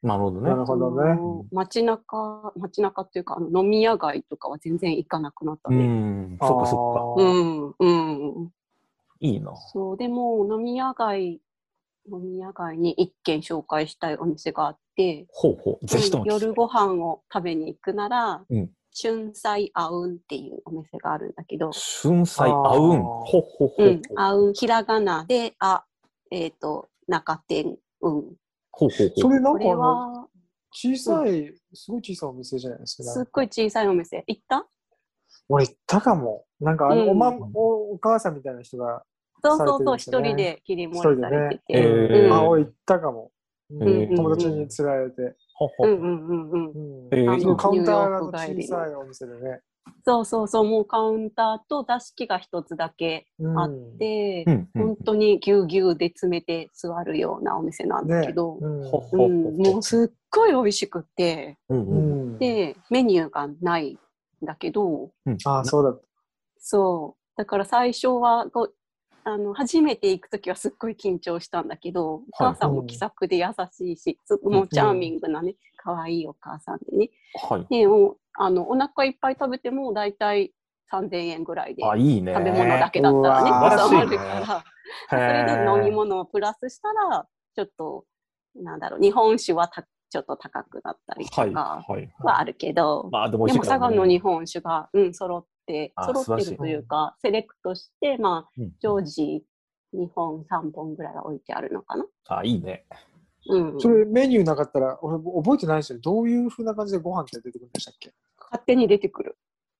Speaker 2: なるほどね
Speaker 4: な。るほど
Speaker 3: あ
Speaker 4: ね。
Speaker 3: の街中、街中っていうか、あの飲み屋街とかは全然行かなくなった
Speaker 2: う
Speaker 3: ね。
Speaker 2: ん。そっかそっか。
Speaker 3: う
Speaker 4: あー
Speaker 3: ん、うん。
Speaker 2: いいな。
Speaker 3: そう、でも飲み屋街、飲み屋街に一軒紹介したいお店があって、
Speaker 2: ほうほう。ぜひとも
Speaker 3: うん
Speaker 2: 聞きたい
Speaker 3: 夜ご飯を食べに行くなら、
Speaker 2: うん
Speaker 3: 春菜あうんっていうお店があるんだけど、
Speaker 2: 春菜あうん。
Speaker 4: あ
Speaker 2: ほ
Speaker 4: ー
Speaker 2: うほうほうほ
Speaker 3: うん
Speaker 2: う。、
Speaker 3: あうんひらがなで、あ、えっ、と、中店、うん。
Speaker 2: ほうほう
Speaker 4: そ
Speaker 2: ほう。
Speaker 4: れな
Speaker 3: こ
Speaker 4: んか
Speaker 3: れ
Speaker 4: あの
Speaker 3: は、
Speaker 4: 小さい、すごい小さいお店じゃないですか。
Speaker 3: すっごい小さいお店。行った
Speaker 4: 俺行ったかも。なんかあの、
Speaker 3: うん
Speaker 4: おまんおお母さんみたいな人が
Speaker 3: そうそうそう、
Speaker 4: さ
Speaker 3: 一人
Speaker 4: れてるんですね
Speaker 3: で切り
Speaker 4: 一
Speaker 3: 盛り
Speaker 4: 人で
Speaker 3: されて
Speaker 4: ね
Speaker 3: て。。
Speaker 2: え
Speaker 3: ー
Speaker 4: あ、俺行ったかも。うん
Speaker 2: えー
Speaker 4: 友達に連れられて。
Speaker 2: ほう
Speaker 3: う
Speaker 2: ほう。
Speaker 3: んうんうんうん。
Speaker 4: うん
Speaker 2: えー
Speaker 4: あの
Speaker 2: いいな
Speaker 4: カウンターが
Speaker 3: ニューヨーク帰
Speaker 4: 小
Speaker 3: りの
Speaker 4: さいお店でね。
Speaker 3: そうそうそう、もうカウンターと座敷が一つだけ
Speaker 4: うん
Speaker 3: あって、
Speaker 2: うんうん
Speaker 3: 本当にぎゅうぎゅうで詰めて座るようなお店なんだ
Speaker 4: ね
Speaker 3: けど、
Speaker 4: うん
Speaker 2: ほほ
Speaker 3: うん、もうすっごい美味しくて、
Speaker 2: うん
Speaker 4: う
Speaker 2: うん
Speaker 4: ん
Speaker 3: で、メニューがないんだけど、
Speaker 2: うん。
Speaker 4: あ、そうだった。
Speaker 3: そう、だから最初はこうあの初めて行くときはすっごい緊張したんだけど、お母さんも気さくで優しいし、すごくもうチャーミングなね、可愛いお母さんでね、
Speaker 2: はい。
Speaker 3: ね、おあのお腹いっぱい食べても大体3000円ぐらいで
Speaker 2: あ、いいね。
Speaker 3: 食べ物だけだったらね
Speaker 4: うわー
Speaker 3: 収まる
Speaker 2: 素
Speaker 3: か
Speaker 2: 晴らしい
Speaker 3: ら
Speaker 2: へー
Speaker 3: それで飲み物をプラスしたらちょっとなんだろう日本酒はたちょっと高くなったりと
Speaker 2: はい。
Speaker 3: か
Speaker 2: はい。
Speaker 3: はあるけど、
Speaker 2: まあ、でも美味し
Speaker 3: でも
Speaker 2: い
Speaker 3: 佐
Speaker 2: から
Speaker 3: 賀
Speaker 2: ね
Speaker 3: の日本酒が、うん、揃って
Speaker 2: あ
Speaker 3: 揃ってるというかセレクトして、まあ、
Speaker 2: うん
Speaker 3: 常時2本3本ぐらいは置いてあるのかな。
Speaker 2: あ、いいね。
Speaker 3: うん、
Speaker 4: そ
Speaker 3: 勝
Speaker 4: れメニューなかったら、俺覚えてないですよ。どういう風な感じでご飯って出てくるんでしたっけ
Speaker 3: 手に出てくる。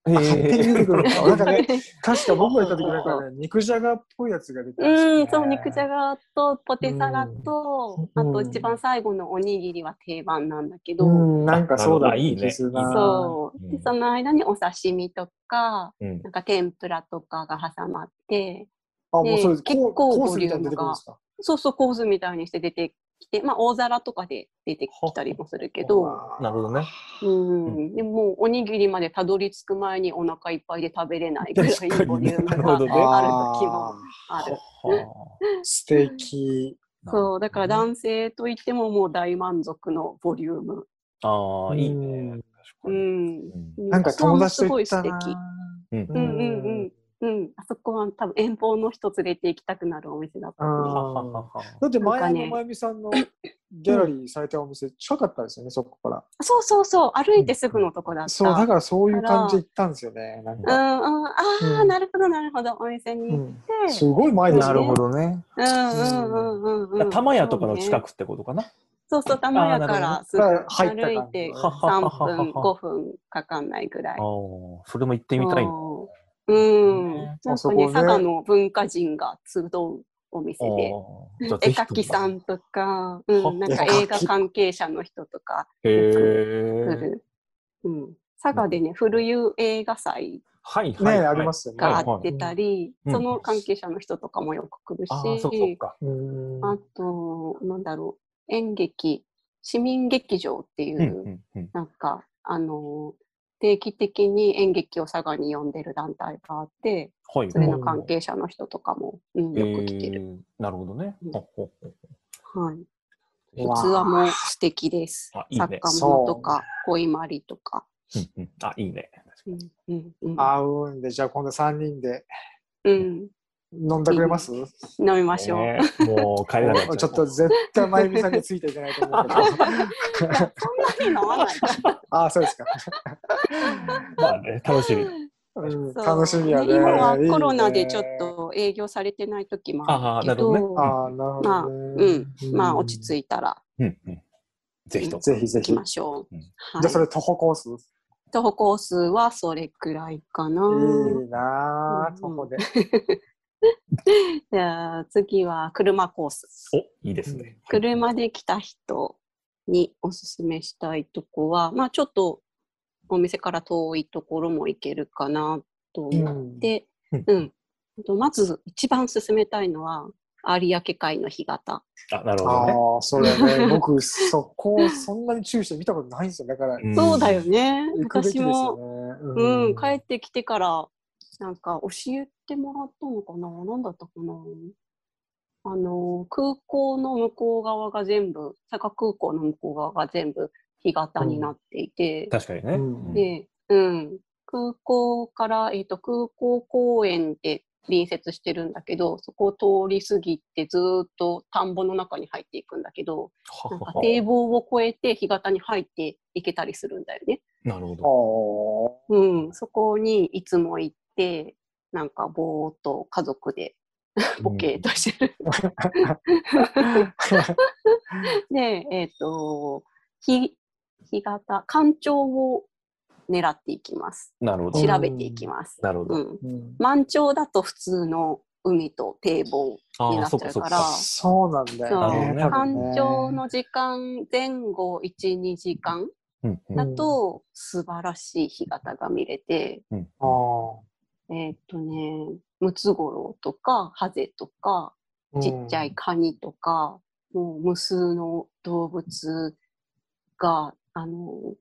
Speaker 2: へ
Speaker 4: あ勝手に出てくるのか。なんかね、
Speaker 3: う
Speaker 4: 確か僕が行った時なんかね、肉じゃがっぽいやつが出てましたね
Speaker 3: ん、そう、肉じゃがとポテサラと、
Speaker 4: うん
Speaker 3: あと一番最後のおにぎりは定番なんだけど、
Speaker 4: うん、なんかそうだった
Speaker 2: いいね
Speaker 4: 気するな
Speaker 3: そう、
Speaker 2: うん
Speaker 3: でその間にお刺身とか、
Speaker 2: うん。
Speaker 3: なんか天ぷらとかが挟まって、
Speaker 4: あ、もうそうで
Speaker 3: ね
Speaker 4: す。コー
Speaker 3: 結構
Speaker 4: コースみたいに出てくるんですか
Speaker 3: そうそう構図みたいにして出てきて、まあ大皿とかで出てきたりもするけ
Speaker 4: う
Speaker 3: ど、
Speaker 4: わー
Speaker 2: なるほどね。
Speaker 3: うん、
Speaker 2: う
Speaker 3: でもうおにぎりまでたどり着く前にお腹いっぱいで食べれないぐら
Speaker 2: 確
Speaker 3: い
Speaker 2: か
Speaker 3: ボ
Speaker 2: に
Speaker 3: リ
Speaker 2: ね
Speaker 3: ューム
Speaker 2: なるほどね
Speaker 3: がある時もあ
Speaker 2: は
Speaker 3: る。
Speaker 4: あー素敵。
Speaker 2: あ
Speaker 3: そう、だから
Speaker 2: なる
Speaker 3: 男性といってももう大満足のボリューム。
Speaker 2: ほどねあー、いい
Speaker 4: うん
Speaker 2: ね。確かに。うん
Speaker 3: うん。
Speaker 4: なんか友達と
Speaker 3: すご
Speaker 4: 行
Speaker 3: い
Speaker 4: っ
Speaker 3: 素
Speaker 4: た
Speaker 3: 敵。
Speaker 4: な。
Speaker 2: うん
Speaker 3: うんうんうん。うん、あそこは多分遠方の人連れて行きたくなるお店だった
Speaker 2: は
Speaker 3: ね。
Speaker 2: ははは
Speaker 4: だって前あ
Speaker 3: なんか
Speaker 4: の
Speaker 3: ね
Speaker 4: まゆみさんのギャラリーされたお店近かったですよね、そこから。
Speaker 3: そうそうそう、歩いてすぐのとこだった。
Speaker 4: そう、だからそういう
Speaker 3: だから
Speaker 4: 感じで行ったんですよね。なん
Speaker 3: う
Speaker 4: か、
Speaker 3: んうん、ああ、
Speaker 4: うん
Speaker 3: なるほどなるほど、お店に
Speaker 4: う
Speaker 3: 行っ
Speaker 4: ん、
Speaker 3: て
Speaker 4: す、ごい前です
Speaker 2: な
Speaker 4: よ
Speaker 2: るほどね。
Speaker 3: うんうんうんうんうん。
Speaker 2: 玉屋とかの近
Speaker 3: く。
Speaker 2: くってことかな。
Speaker 3: そうそう、玉屋か
Speaker 2: あ
Speaker 3: らす
Speaker 4: ー
Speaker 3: ぐ
Speaker 4: なるほどね
Speaker 3: 歩いて
Speaker 4: だ
Speaker 2: ははははは
Speaker 3: 3分、5分かかんないぐらい
Speaker 2: あ。あ、それも行ってみたいな。
Speaker 3: そううん。
Speaker 2: ね
Speaker 3: なん
Speaker 4: あそ
Speaker 3: か
Speaker 4: こ
Speaker 3: ね、
Speaker 4: ね
Speaker 3: 佐賀の文化人が集うお店で。
Speaker 2: あーじゃあ
Speaker 3: 絵
Speaker 2: ぜひと
Speaker 3: 描
Speaker 2: も
Speaker 3: きさんとか、うん、なんか
Speaker 4: 絵描き
Speaker 3: 映画関係者の人とか
Speaker 2: へえ。
Speaker 3: 来る。うん、佐賀でね、古湯映画祭
Speaker 2: はい
Speaker 4: ね
Speaker 2: はい。はい
Speaker 4: ありますよね。
Speaker 2: はい
Speaker 3: が
Speaker 2: は
Speaker 3: あ
Speaker 2: い
Speaker 3: ってたり、
Speaker 2: うん
Speaker 3: その関係者の人とかもよく来るし、
Speaker 2: ああ、そっかそっか。
Speaker 4: うん
Speaker 3: あと、なんだろう、演劇、市民劇場っていう、
Speaker 2: うんうんうん。
Speaker 3: なんか、あのー定期的に演劇を佐賀に呼んでる団体があって、
Speaker 2: はい。
Speaker 3: それの関係者の人とかも、うん、よく来てる。
Speaker 2: えーなるほどね
Speaker 3: うん。
Speaker 2: ほほほ
Speaker 3: はい、器
Speaker 4: うわ
Speaker 3: も素敵です
Speaker 2: あ。いいね
Speaker 3: 作家物とか、恋まりとか。
Speaker 2: うんうんあ、いいね。
Speaker 3: うんうんうん
Speaker 4: あうんで、じゃあ今度3人で
Speaker 3: うん、
Speaker 4: 飲んでくれます
Speaker 3: 飲みましょう。
Speaker 2: ねも う帰れなくなっちゃう
Speaker 4: ちょっと絶対まゆみさんについていけないと思うけ
Speaker 3: いやそんなに飲 まないから。
Speaker 4: ど。ああ、そうですか。
Speaker 2: まあね、楽しみ。
Speaker 4: うん、
Speaker 3: そう
Speaker 4: 楽しみやね。
Speaker 3: ね今はコロナ
Speaker 4: いい
Speaker 3: で
Speaker 4: ね
Speaker 3: ちょっ。と営業されてない時も
Speaker 2: あ
Speaker 3: あ
Speaker 2: あ、
Speaker 3: るけ
Speaker 2: なる
Speaker 3: ど、
Speaker 2: ほどね。
Speaker 4: ああ、なるほ
Speaker 3: まあ、
Speaker 4: ど
Speaker 3: う
Speaker 4: ね、
Speaker 3: ん、まあ落ち着いたら
Speaker 2: うんうん。ぜひとも。
Speaker 4: ぜひぜ
Speaker 3: 行き
Speaker 4: ひ。
Speaker 3: ましょう。
Speaker 2: うん
Speaker 3: はい。
Speaker 4: じゃあそれ徒歩コース、
Speaker 3: 徒歩コースはそれくらいかな。
Speaker 4: いいなあ、徒歩で。
Speaker 3: じゃあ次は車コース。
Speaker 2: お、いいですね。
Speaker 3: 車で来た人におすすめしたいとこは、まあちょっとお店から遠いところも行けるかなと思って、
Speaker 2: うん
Speaker 3: うん。あとまず一番勧めたいのは、有明海の干潟。
Speaker 2: あ、なるほどね。
Speaker 4: ああ、それ ね、僕、そこ、そんなに注意して見たことないんですよ。だから、
Speaker 2: ん
Speaker 3: そうだよね。
Speaker 4: 行くべき
Speaker 3: 私
Speaker 4: ですよ
Speaker 3: も、
Speaker 4: ね。
Speaker 3: うん、帰ってきてから、なんか教えてもらったのかな何だったかなあの、空港の向こう側が全部、佐賀空港の向こう側が全部干潟になっていて、
Speaker 2: 確かにね。
Speaker 4: うん
Speaker 3: で、うん、空港から、えっと空港公園で隣接してるんだけどそこを通り過ぎてずーっと田んぼの中に入っていくんだけど
Speaker 2: は
Speaker 3: なん
Speaker 2: は
Speaker 3: か
Speaker 2: は
Speaker 3: 堤防を越えて干潟に入っていけたりするんだよね。
Speaker 2: なるほど。
Speaker 4: ああ。
Speaker 3: うん、そこにいつも行ってなんかぼーっと家族でボケーっとしてる。 で、えっ、と日干潟干潮を狙っていきます。
Speaker 2: うんなるほど。
Speaker 3: 調べていきます。
Speaker 2: なるほ
Speaker 3: う
Speaker 2: ど。
Speaker 3: ん、
Speaker 4: うん
Speaker 3: 満潮だと普通の海と堤防
Speaker 2: あ
Speaker 3: にな
Speaker 2: あ、
Speaker 3: っ
Speaker 2: そ
Speaker 3: ちゃ
Speaker 2: っか
Speaker 3: う
Speaker 2: そっ
Speaker 3: か
Speaker 2: か。
Speaker 3: ら
Speaker 4: そうなんだよね。
Speaker 2: そう
Speaker 4: 多分ね
Speaker 3: 干潮の時間前後12時間
Speaker 2: うんうん
Speaker 3: だと素晴らしい干潟が見れて、
Speaker 2: うん
Speaker 4: あー
Speaker 3: えーっとねムツゴロウとかハゼとか
Speaker 4: うん
Speaker 3: ちっちゃいカニとか、もう無数の動物があの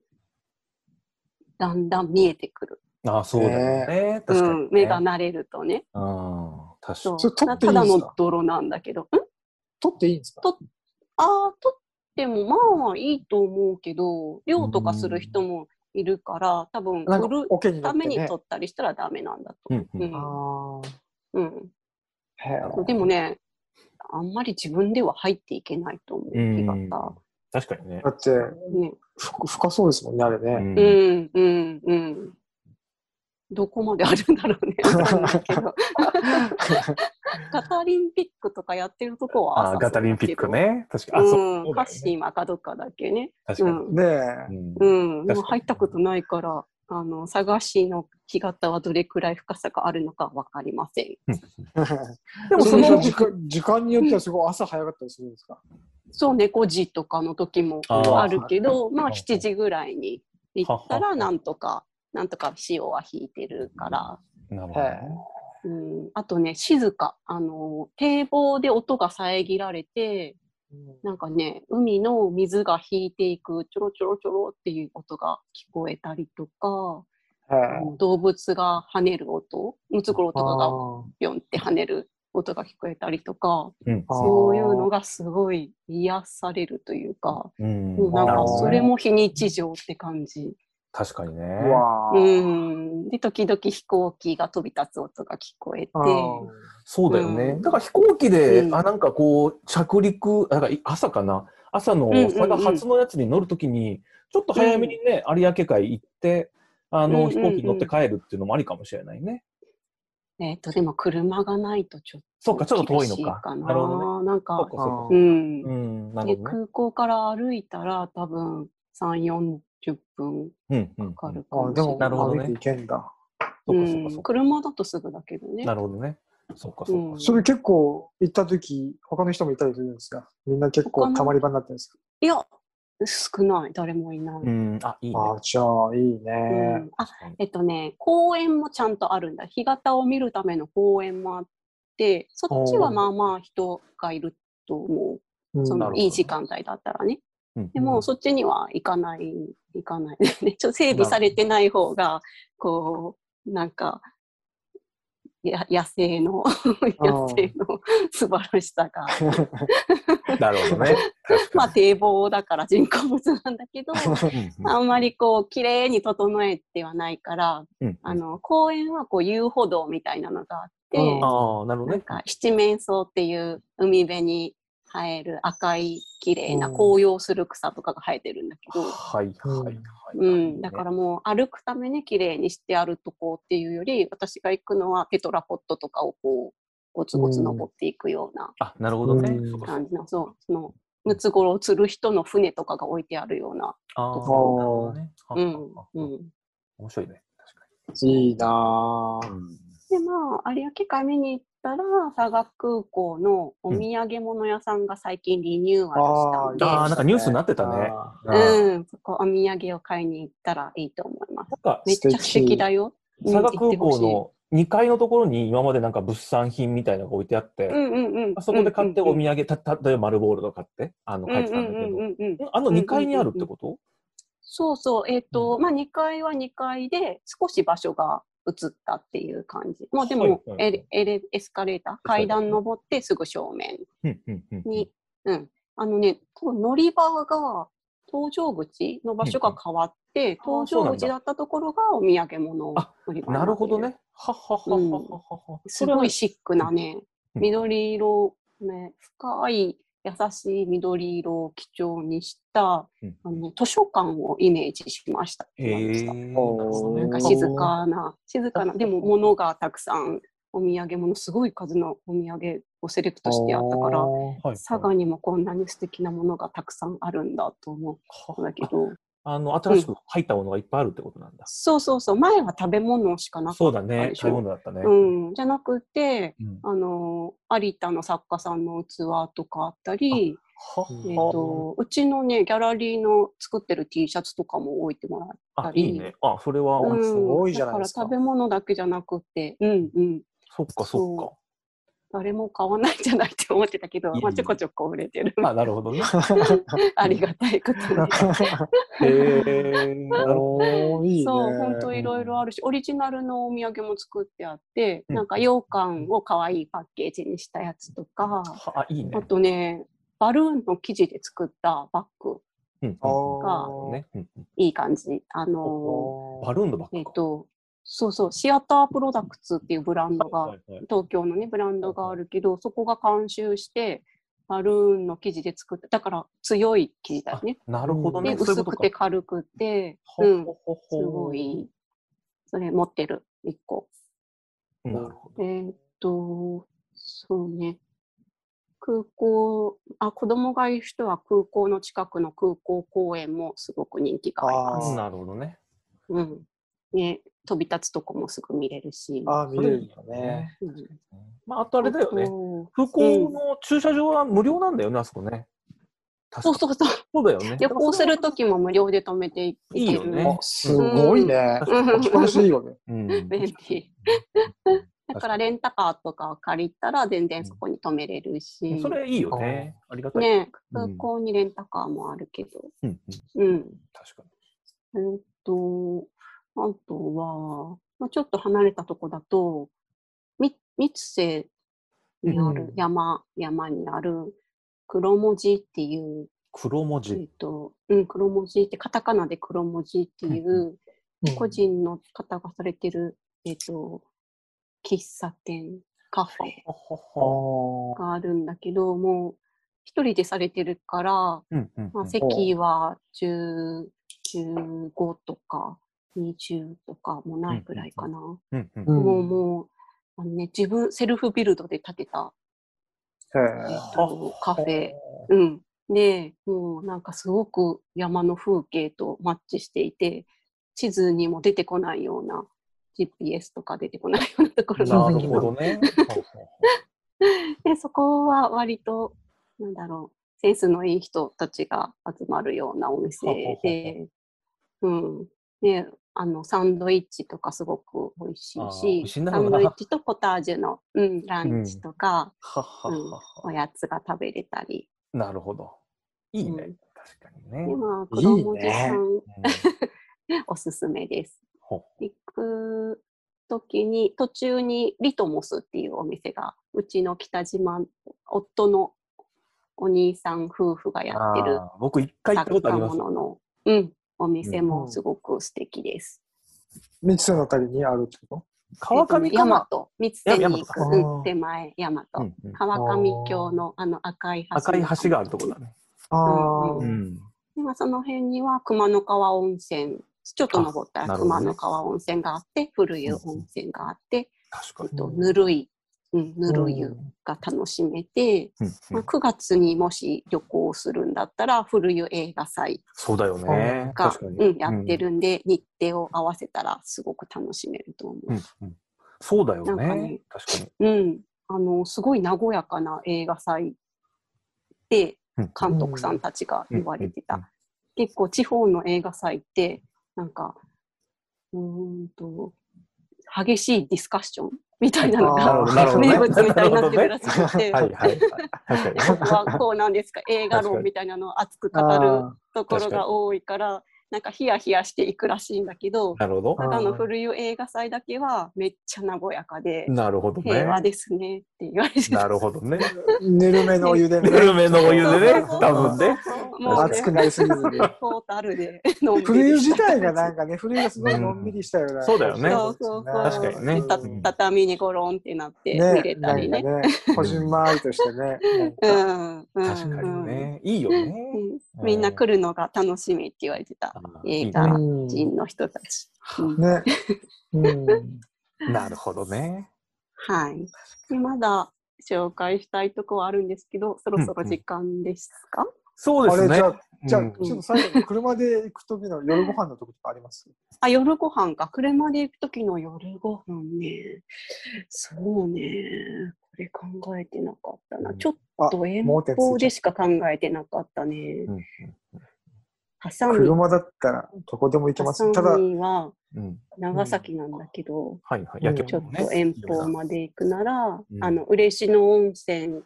Speaker 3: だんだん見えてくる、
Speaker 2: ああ、そうだよね。
Speaker 3: う
Speaker 2: 確かにね
Speaker 3: ん、。目が慣れるとね
Speaker 2: ああ、確か
Speaker 3: そ
Speaker 2: に。
Speaker 4: それ
Speaker 3: う
Speaker 4: 取
Speaker 3: な
Speaker 4: っていい
Speaker 3: た
Speaker 4: んで
Speaker 3: だ
Speaker 4: すか
Speaker 3: の泥なんだけど
Speaker 4: 取っていいんですか
Speaker 3: 取ああ、とってもまあいいと思うけど、漁とかする人もいるから、多分
Speaker 4: なん
Speaker 3: 売
Speaker 4: か
Speaker 3: る
Speaker 4: 桶に
Speaker 3: た
Speaker 4: なって
Speaker 3: めに
Speaker 4: ね
Speaker 3: 取。ったりしたらダメなんだと。
Speaker 2: うんうん
Speaker 4: あ
Speaker 3: うん
Speaker 4: あ。へえ
Speaker 3: うん、でもね、あんまり自分では入っていけないと思う、
Speaker 2: うん
Speaker 3: 干潟。
Speaker 2: 確かにね
Speaker 4: だ。って、
Speaker 3: ね、
Speaker 4: ふ深そうですもんね、あれね。
Speaker 3: う。んうんうん。どこまであるんだろう ね、わかんないけどガタリンピックとかやってるとこは
Speaker 2: ああ、
Speaker 3: 浅
Speaker 2: ガタ
Speaker 3: そうだけど
Speaker 2: リンピック。ね。確か
Speaker 3: う
Speaker 2: に。あ、そう。
Speaker 3: ん、
Speaker 2: そうだよね
Speaker 3: カッシーマカドカだっけね。
Speaker 2: 確かに。
Speaker 3: うん
Speaker 4: ね
Speaker 2: う
Speaker 4: え。
Speaker 2: ん
Speaker 3: う
Speaker 2: 確
Speaker 3: ん、
Speaker 2: かに
Speaker 3: もう入ったことないから、あの佐賀市の干潟はどれくらい深さがあるのかわかりません。
Speaker 4: で
Speaker 2: も
Speaker 4: も
Speaker 2: そ
Speaker 4: そ
Speaker 2: の
Speaker 4: の時間時間によってはすごい朝早かったりするんですか
Speaker 3: そう、猫時とかの時も
Speaker 2: あー
Speaker 3: あるけど、まあ
Speaker 2: うん
Speaker 3: 7時ぐらいに行った
Speaker 2: はは
Speaker 3: ら、なんとか、なんとか潮は引いてるから、
Speaker 2: なるほど
Speaker 4: へ
Speaker 2: ね。
Speaker 3: うん、あとね、静か、あの、堤防で音が遮られて、
Speaker 4: え。
Speaker 3: なんかね、海の水が引いていく、ちょろちょろちょろっていう音が聞こえたりとか、
Speaker 4: へえ
Speaker 3: あの動物が跳ねる音、ムツゴロウとかがピョンって跳ねる音が聞こえたりとか、
Speaker 2: うん
Speaker 4: あー
Speaker 3: そういうのがすごい癒されるというか、
Speaker 2: うん
Speaker 3: もうなん
Speaker 2: なる
Speaker 3: か
Speaker 2: ほど
Speaker 3: そ
Speaker 2: ね
Speaker 3: れも非日常って感じ。
Speaker 2: 確かにね。
Speaker 4: うわあ
Speaker 3: うん。で、時々飛行機が飛び立つ音が聞こえて、
Speaker 4: あー
Speaker 2: そうだよね。
Speaker 3: うん
Speaker 2: だから飛行機で、
Speaker 3: うん
Speaker 2: あ、なんかこう、着陸、なんかい朝かな。朝の
Speaker 3: んうんうん
Speaker 2: 佐賀発のやつに乗るときに、ちょっと早めにね、有明海行って、あ
Speaker 3: うんうんう
Speaker 2: の、
Speaker 3: ん
Speaker 2: 飛行機に乗って帰るっていうのもありかもしれないね。
Speaker 3: えっ、と、でも車がないとちょっ
Speaker 2: そうか、ちょ
Speaker 3: と
Speaker 2: っと遠
Speaker 3: 厳
Speaker 2: いの
Speaker 3: しい
Speaker 2: か。
Speaker 3: かな。
Speaker 2: なるほどね。
Speaker 3: なん
Speaker 2: そう
Speaker 3: か
Speaker 2: か、そう
Speaker 3: う
Speaker 2: か。
Speaker 3: ん。
Speaker 2: うん、な
Speaker 3: で
Speaker 2: るほどね。
Speaker 3: 空港から歩いたら多分3、40分
Speaker 2: うん、うん。
Speaker 3: かかるか
Speaker 4: あ
Speaker 3: もし
Speaker 4: ーで
Speaker 3: れない。
Speaker 4: も
Speaker 2: なるほどね
Speaker 4: 歩いていけんだ。
Speaker 2: そう
Speaker 3: う
Speaker 2: か、そうか、そ
Speaker 3: ん、
Speaker 2: うか。
Speaker 3: 車だとすぐだけどね。
Speaker 2: なるほどね。そうか、そう
Speaker 3: う
Speaker 2: か
Speaker 3: ん。
Speaker 4: それ結構行った時他の人もいたりするんですかみんな結構たまり場になってるんですか
Speaker 3: いや、少ない、誰もいない。
Speaker 2: うん、あ、いいね。
Speaker 4: ああ、じゃあいいね。
Speaker 3: うんあえっとね、公園もちゃんとあるんだ。干潟を見るための公園もあって、そっちはまあまあ人がいると思う。
Speaker 4: うん
Speaker 3: そ
Speaker 2: なるほ
Speaker 3: の
Speaker 2: ど
Speaker 3: いい時間帯だったらね。
Speaker 2: うん
Speaker 3: で
Speaker 4: う
Speaker 3: も、
Speaker 4: ん
Speaker 3: そっちには行かない、行かない。ね、 ちょっと整備されてない方が、こう、なんか、や野生の、野生の素晴らしさが。
Speaker 2: なるほ どね。確
Speaker 3: まあ、
Speaker 2: か
Speaker 3: 堤防だから人工物なんだけ ど、
Speaker 2: に。
Speaker 3: あんまりこう、綺麗に整えてはないから、
Speaker 2: うんうん
Speaker 3: あの、公園はこう、遊歩道みたいなのがあって、
Speaker 4: うん
Speaker 2: ああ、なるほど
Speaker 3: なん
Speaker 2: ね。
Speaker 3: か、七面草っていう海辺に生える赤い綺麗な
Speaker 4: うん
Speaker 3: 紅葉する草とかが生えてるんだけど、
Speaker 2: はい、はい、はい。
Speaker 3: うん、だからもう歩くために綺麗にしてあるとこっていうより、私が行くのはペトラポットとかをこう、ゴツゴツ登っていくような
Speaker 2: あ、なるほどね
Speaker 4: う。ん
Speaker 2: そうかそう
Speaker 3: 感じの、そう、その、ムツゴロウ釣る人の船とかが置いてあるような、
Speaker 2: ああ、なる
Speaker 3: と
Speaker 2: ほ
Speaker 4: こ
Speaker 2: どね。は
Speaker 3: う
Speaker 2: は
Speaker 3: ん
Speaker 2: は、
Speaker 3: うん。
Speaker 2: 面白いね。
Speaker 4: いいな
Speaker 2: 確か
Speaker 4: ぁ。
Speaker 2: に。
Speaker 3: で、まあ、有明海見に行ったら、佐賀空港のお土産物屋さんが最近リニューアルし
Speaker 2: あ
Speaker 3: た
Speaker 2: ー
Speaker 3: ん
Speaker 2: なんかニュースになってたね
Speaker 4: あ
Speaker 3: で、
Speaker 2: うん
Speaker 3: うん、そこお土産を買いに行ったらいいと思います。
Speaker 2: なんか、
Speaker 3: めっちゃ素
Speaker 4: 素敵
Speaker 3: 敵だよ。うん
Speaker 2: 佐賀空港
Speaker 3: 行ってほしい
Speaker 2: の2階のところに今までなんか物産品みたいなのが置いてあって、
Speaker 3: うんうんうん。
Speaker 2: あそこで買ってお
Speaker 3: 産
Speaker 2: 土産、たた例えば丸ボールとか買って、あの、
Speaker 3: うんう
Speaker 2: 買っ
Speaker 3: ん
Speaker 2: てたんだけど、
Speaker 3: うんうんうん。
Speaker 2: んあの2階にあるってこと、
Speaker 3: そうそう、えっ、と、まあ、2階は2階で、少し場所が移ったっていう感じ。まあ、でも、
Speaker 2: はいはい
Speaker 3: エレエレエスカレーター、階段登ってすぐ正面
Speaker 2: うんうんうんうん
Speaker 3: に、うん。あのね、多分乗り場が、搭乗口の場所が変わって、
Speaker 2: うんうんあー
Speaker 3: 搭乗口だったところがお土産物
Speaker 2: あ
Speaker 3: 売り場に
Speaker 2: な
Speaker 3: ってい
Speaker 2: る
Speaker 3: う
Speaker 2: ほど。ね。はっはっはっはっはっは。
Speaker 3: す
Speaker 2: それは
Speaker 3: ごいシックなね、
Speaker 2: うん
Speaker 3: 緑色、ね、深い優しい緑色を基調にした、
Speaker 2: うん
Speaker 3: あのね図書館をイメージしました。
Speaker 2: えー、なるほどね
Speaker 3: なんか静かな、静かな、でも物がたくさん、お土産物、すごい数のお土産をセレクトしてあったか
Speaker 4: あ
Speaker 3: ら、
Speaker 4: ー
Speaker 2: はい
Speaker 3: 佐賀にもこんなに素敵なものがたくさんあるんだと思うんだけど、
Speaker 2: あの、新しく入ったものがいっぱいあるってことなんだ。
Speaker 3: そうそうそう、前は食べ物しかなか
Speaker 2: そ
Speaker 3: っ
Speaker 2: うだ
Speaker 3: あれ
Speaker 2: ね
Speaker 3: で。しょ
Speaker 2: 食べ物だったね。
Speaker 3: た。うん、じゃなくて、
Speaker 2: うん
Speaker 3: あの、有田の作家さんの器とかあったり、
Speaker 2: はっ
Speaker 4: え
Speaker 3: えっ
Speaker 2: は。
Speaker 3: と、うちのね、ギャラリーの作ってる T シャツとかも置いてもらっ
Speaker 2: あ、いいね。あ、それは、
Speaker 3: うん
Speaker 4: すごいじゃないですか
Speaker 3: だから食べ物だけじゃなくて、うんうん、
Speaker 2: そっかそ
Speaker 3: そ誰も買わないんじゃないって思ってたけど
Speaker 2: いい、
Speaker 3: まあ、ちょこちょこ売れてる。
Speaker 2: っか。あ、なるほどね。
Speaker 3: ありがたいことに。
Speaker 2: へ え。なるほ
Speaker 4: おーいいね。
Speaker 3: そう、本当いろいろあるし、オリジナルのお土産も作ってあって、
Speaker 2: うん
Speaker 3: なんか羊羹を可愛いパッケージにしたやつとか、
Speaker 2: ど。はあ、いいね
Speaker 3: あ。とね、バルーンの生地で作ったバッグ、
Speaker 2: うん。
Speaker 4: あ
Speaker 2: う
Speaker 4: ー
Speaker 2: んね。うんうん
Speaker 3: いい感じ。あの
Speaker 2: バ
Speaker 4: あ
Speaker 2: ルーンのばっ
Speaker 3: ー、えっ
Speaker 2: か。
Speaker 3: と、そうそう、シアタープロダクツっていうブランドが
Speaker 2: は、いはい
Speaker 3: 東京のね、ブランドがあるけど、そこが監修して、バルーンの生地で作った、だから強い生地だよね。
Speaker 2: あなるほど
Speaker 3: で、
Speaker 2: ね。そういう
Speaker 3: 薄
Speaker 2: こと
Speaker 3: く
Speaker 2: か
Speaker 3: て。軽くて、
Speaker 2: ほ
Speaker 3: うん、す
Speaker 2: ほほほ
Speaker 3: ごい。それ持ってる、一個。
Speaker 2: なるほ
Speaker 3: えーっと、そうね。空港、あ、子供がいる人は空港の近くの空港公園もすごく人気がありま
Speaker 2: ど。
Speaker 4: あー
Speaker 3: す。
Speaker 2: なるほどね。
Speaker 3: うん。ね、飛び立つとこもすぐ見れるし。
Speaker 4: あー、見れるんだね。
Speaker 3: うん、
Speaker 2: まあ、あとあれだよね。
Speaker 3: と
Speaker 2: 空港の駐車場は無料なんだよね、あそこね。確
Speaker 3: そう
Speaker 2: か
Speaker 3: そうそう。
Speaker 2: そうだよね。
Speaker 3: 旅行するときも無料で止めてい
Speaker 2: い
Speaker 3: け
Speaker 2: い
Speaker 3: る
Speaker 2: よね
Speaker 4: あ、すごいね。
Speaker 3: うん
Speaker 4: 気持ちいいよね。
Speaker 2: うん。
Speaker 3: 便利。だからレンタカーとかを借りたら全然そこに止めれるし。
Speaker 2: それいいよね。ありがたい。
Speaker 3: ね、
Speaker 2: う
Speaker 3: 空
Speaker 2: ん
Speaker 3: 港にレンタカーもあるけど。
Speaker 2: うんうん
Speaker 3: うん。
Speaker 2: 確かに。
Speaker 3: えーっと、あとは、まあ、ちょっと離れたとこだと、み三瀬にあ
Speaker 4: う
Speaker 3: る
Speaker 4: ん
Speaker 3: 山、山にある黒文字っていう、
Speaker 2: 黒文
Speaker 3: えー
Speaker 2: 字
Speaker 3: っ。と、うん、黒文字って、カタカナで黒文字っていう、個人の方がされてる、えーっと、喫茶店、カフェ
Speaker 2: ほほ
Speaker 4: あ
Speaker 2: ほ
Speaker 3: があるんだけど、もう、一人でされてるから、
Speaker 2: うんうんう
Speaker 3: まあ、
Speaker 2: ん
Speaker 3: 席は10 15とか20とかもないくらいかな。
Speaker 2: うんうん
Speaker 4: うん
Speaker 3: もうもうあの、ね、自分セルフビルドで建てた、
Speaker 4: へ
Speaker 3: え
Speaker 4: ー
Speaker 3: っとカフェ。うん、でもうなんかすごく山の風景とマッチしていて地図にも出てこないような GPS とか出てこないようなところ
Speaker 2: な
Speaker 3: の
Speaker 2: る
Speaker 3: 時
Speaker 2: ほ
Speaker 3: の
Speaker 2: どね。
Speaker 3: でそこは割となんだろうセンスのいい人たちが集まるようなお
Speaker 2: ほうほうほう
Speaker 3: 店
Speaker 2: ほう
Speaker 3: で、うん、であのサンドイッチとかすごく美味し
Speaker 2: あ
Speaker 3: い
Speaker 2: ー
Speaker 3: し
Speaker 2: 美味しいんだ
Speaker 3: サ
Speaker 2: ろう
Speaker 3: ン
Speaker 2: な
Speaker 3: ドイッチとポタージュの、うん、ランチとか、
Speaker 2: はは
Speaker 3: うん
Speaker 2: は
Speaker 3: お
Speaker 2: は。
Speaker 3: やつが食べれたり、
Speaker 2: なるほど。いいうね
Speaker 3: ん。
Speaker 2: 確かにね。
Speaker 3: でまあ
Speaker 4: い
Speaker 3: 子
Speaker 4: いね
Speaker 3: 供さん、
Speaker 2: うん
Speaker 3: おすすめです。
Speaker 2: ほう
Speaker 3: 行く時に途中にリトモスっていうお店がうちの北島夫のお兄さん夫婦がやってる
Speaker 2: あー僕一回行った
Speaker 3: 作
Speaker 2: ことあ
Speaker 3: 家
Speaker 2: ります
Speaker 3: も。のの、うん、お店
Speaker 4: う
Speaker 3: も
Speaker 4: ん
Speaker 3: すごく素敵です。
Speaker 4: 三つの旅にあるってこ
Speaker 2: 川上か
Speaker 3: 大
Speaker 2: な
Speaker 3: 和、三つ手に行
Speaker 4: 大
Speaker 3: く、
Speaker 4: 和か
Speaker 3: うん、手前、大和。
Speaker 2: うんうん
Speaker 3: 川上峡のあの赤い橋。
Speaker 2: 赤い橋があるところだね。
Speaker 4: とあ
Speaker 3: う
Speaker 4: ー
Speaker 3: ん
Speaker 2: ん。
Speaker 3: 今その辺には熊野川温泉、ちょっと登った
Speaker 2: あな
Speaker 3: ら
Speaker 2: るほどね
Speaker 3: 熊野川温泉があって、古湯温泉があって、
Speaker 2: 確
Speaker 3: え
Speaker 2: か
Speaker 3: っ
Speaker 2: に。
Speaker 3: と、ぬるい、うん、ぬる
Speaker 4: う
Speaker 3: 湯
Speaker 4: ん
Speaker 3: が楽しめて、
Speaker 2: うんうん
Speaker 3: まあ、9月にもし旅行をするんだったら、古湯映画祭
Speaker 2: そうだよね。
Speaker 3: が
Speaker 2: 確か、に。
Speaker 3: うん、やってるんで、日程を合わせたらすごく楽しめると思う。
Speaker 2: うんうんそうだよ
Speaker 3: なんか
Speaker 2: ね
Speaker 3: ね。
Speaker 2: 確かに。
Speaker 3: うん、あのすごい和やかな映画祭で
Speaker 2: うん
Speaker 3: 監督さんたちが言われてた、
Speaker 2: うんうん
Speaker 3: 結構地方の映画祭ってなんかうーんと激しいディスカッションみたいなの
Speaker 4: あー
Speaker 3: が、
Speaker 2: なるほどね
Speaker 3: 名物みたいになってるらしくて、
Speaker 2: はいはい。確かに。
Speaker 3: ここはこうなんですか、映画論みたいなのを熱く語る
Speaker 4: あ
Speaker 3: ところが多いから、なんかヒヤヒヤしていくらしいんだけど、
Speaker 2: なるほど。
Speaker 4: あ
Speaker 3: 佐賀の古湯映画祭だけはめっちゃ和やかで、
Speaker 2: なるほどね
Speaker 3: 平。和ですねって言われて
Speaker 2: なるほどね。
Speaker 4: ーぬるめのお湯でね
Speaker 2: ぬるめのお湯でね
Speaker 3: そうそうそ、う
Speaker 2: 多分ね。
Speaker 3: もうね
Speaker 4: 熱くなりすぎずに
Speaker 3: トータルで 飲んで
Speaker 4: 古湯
Speaker 3: る
Speaker 4: 自体がなんかね古湯がすごいのんびりしたような、
Speaker 2: うんそうだよね
Speaker 3: そうそうそう
Speaker 2: 確かにね
Speaker 3: た
Speaker 2: うん
Speaker 3: 畳にゴロンってなって
Speaker 4: ね
Speaker 3: 寝れたりね。
Speaker 4: なんかねこじんまりとし てねなんか
Speaker 3: うんうん
Speaker 2: 確かにね。いいよ
Speaker 3: う
Speaker 2: ね。
Speaker 3: んみんな来るのが楽しみって言われてた映
Speaker 4: う
Speaker 3: 画
Speaker 4: ん
Speaker 3: 人の人たち。うん
Speaker 4: ね、うん、
Speaker 2: なるほどね。
Speaker 3: はい。でまだ紹介したいとこはあるんですけど、そろそろ時間ですか、
Speaker 2: そうです
Speaker 4: あれ
Speaker 2: ね
Speaker 4: じゃあ。じゃあ、
Speaker 2: うん
Speaker 4: ちょっと最後に車で行く時の夜ご飯の時とかあります
Speaker 3: あ、夜ご飯か。車で行くときの夜ご飯ね。そうね。これ考えてなかったな。
Speaker 2: うん
Speaker 3: ちょっと遠
Speaker 4: 盲点ついちゃった
Speaker 3: 方でしか考えてなかったね
Speaker 2: う。ん
Speaker 3: ハサミ、
Speaker 4: 車だったらどこでも行け
Speaker 3: ハ
Speaker 4: ま
Speaker 3: サ
Speaker 4: す。ただ、
Speaker 3: ミは
Speaker 2: うん。
Speaker 3: 長崎なんだけど、
Speaker 2: はいはい。
Speaker 4: うん
Speaker 2: 焼き
Speaker 3: ちょ
Speaker 2: 物
Speaker 3: っ
Speaker 2: ね
Speaker 3: と遠方まで行くなら、
Speaker 2: うん
Speaker 3: あの嬉野温泉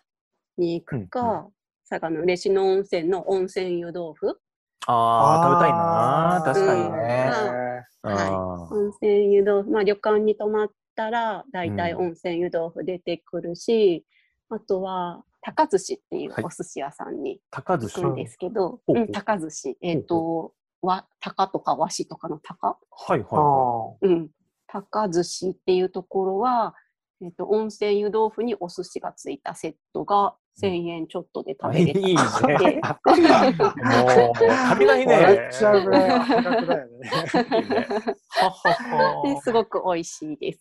Speaker 3: に行くか、
Speaker 2: うんう
Speaker 3: 佐賀の嬉野温泉の温泉湯豆腐
Speaker 2: ああ、食べたいな。確かにね。
Speaker 3: うん
Speaker 2: あー
Speaker 3: 温泉湯豆腐、まあ、旅館に泊まったら大体
Speaker 2: うん
Speaker 3: 温泉湯豆腐出てくるし、あとは高寿司っていう
Speaker 2: はい
Speaker 3: お寿司屋さんに
Speaker 2: 高寿
Speaker 3: 行
Speaker 2: 司。
Speaker 3: くんですけど、
Speaker 2: ほうほ
Speaker 3: う、
Speaker 2: うん
Speaker 3: 高寿司えっ、
Speaker 2: ほ
Speaker 3: とわ高とか和紙とかの高、
Speaker 2: はいはい
Speaker 4: あ
Speaker 2: は
Speaker 3: うん、高寿司っていうところは、えっと温泉湯豆腐にお寿司がついたセットが
Speaker 2: うん
Speaker 3: 1000円ちょっとで 食
Speaker 2: い。い
Speaker 3: べ
Speaker 2: い
Speaker 3: れた
Speaker 2: ね。も
Speaker 3: り
Speaker 2: う、
Speaker 3: して、
Speaker 2: 旅ない
Speaker 4: ー
Speaker 2: ね。
Speaker 4: 笑っちゃうぐらい破格だよ
Speaker 2: い
Speaker 4: ね。
Speaker 2: いねははは
Speaker 3: ですごく美味しい です。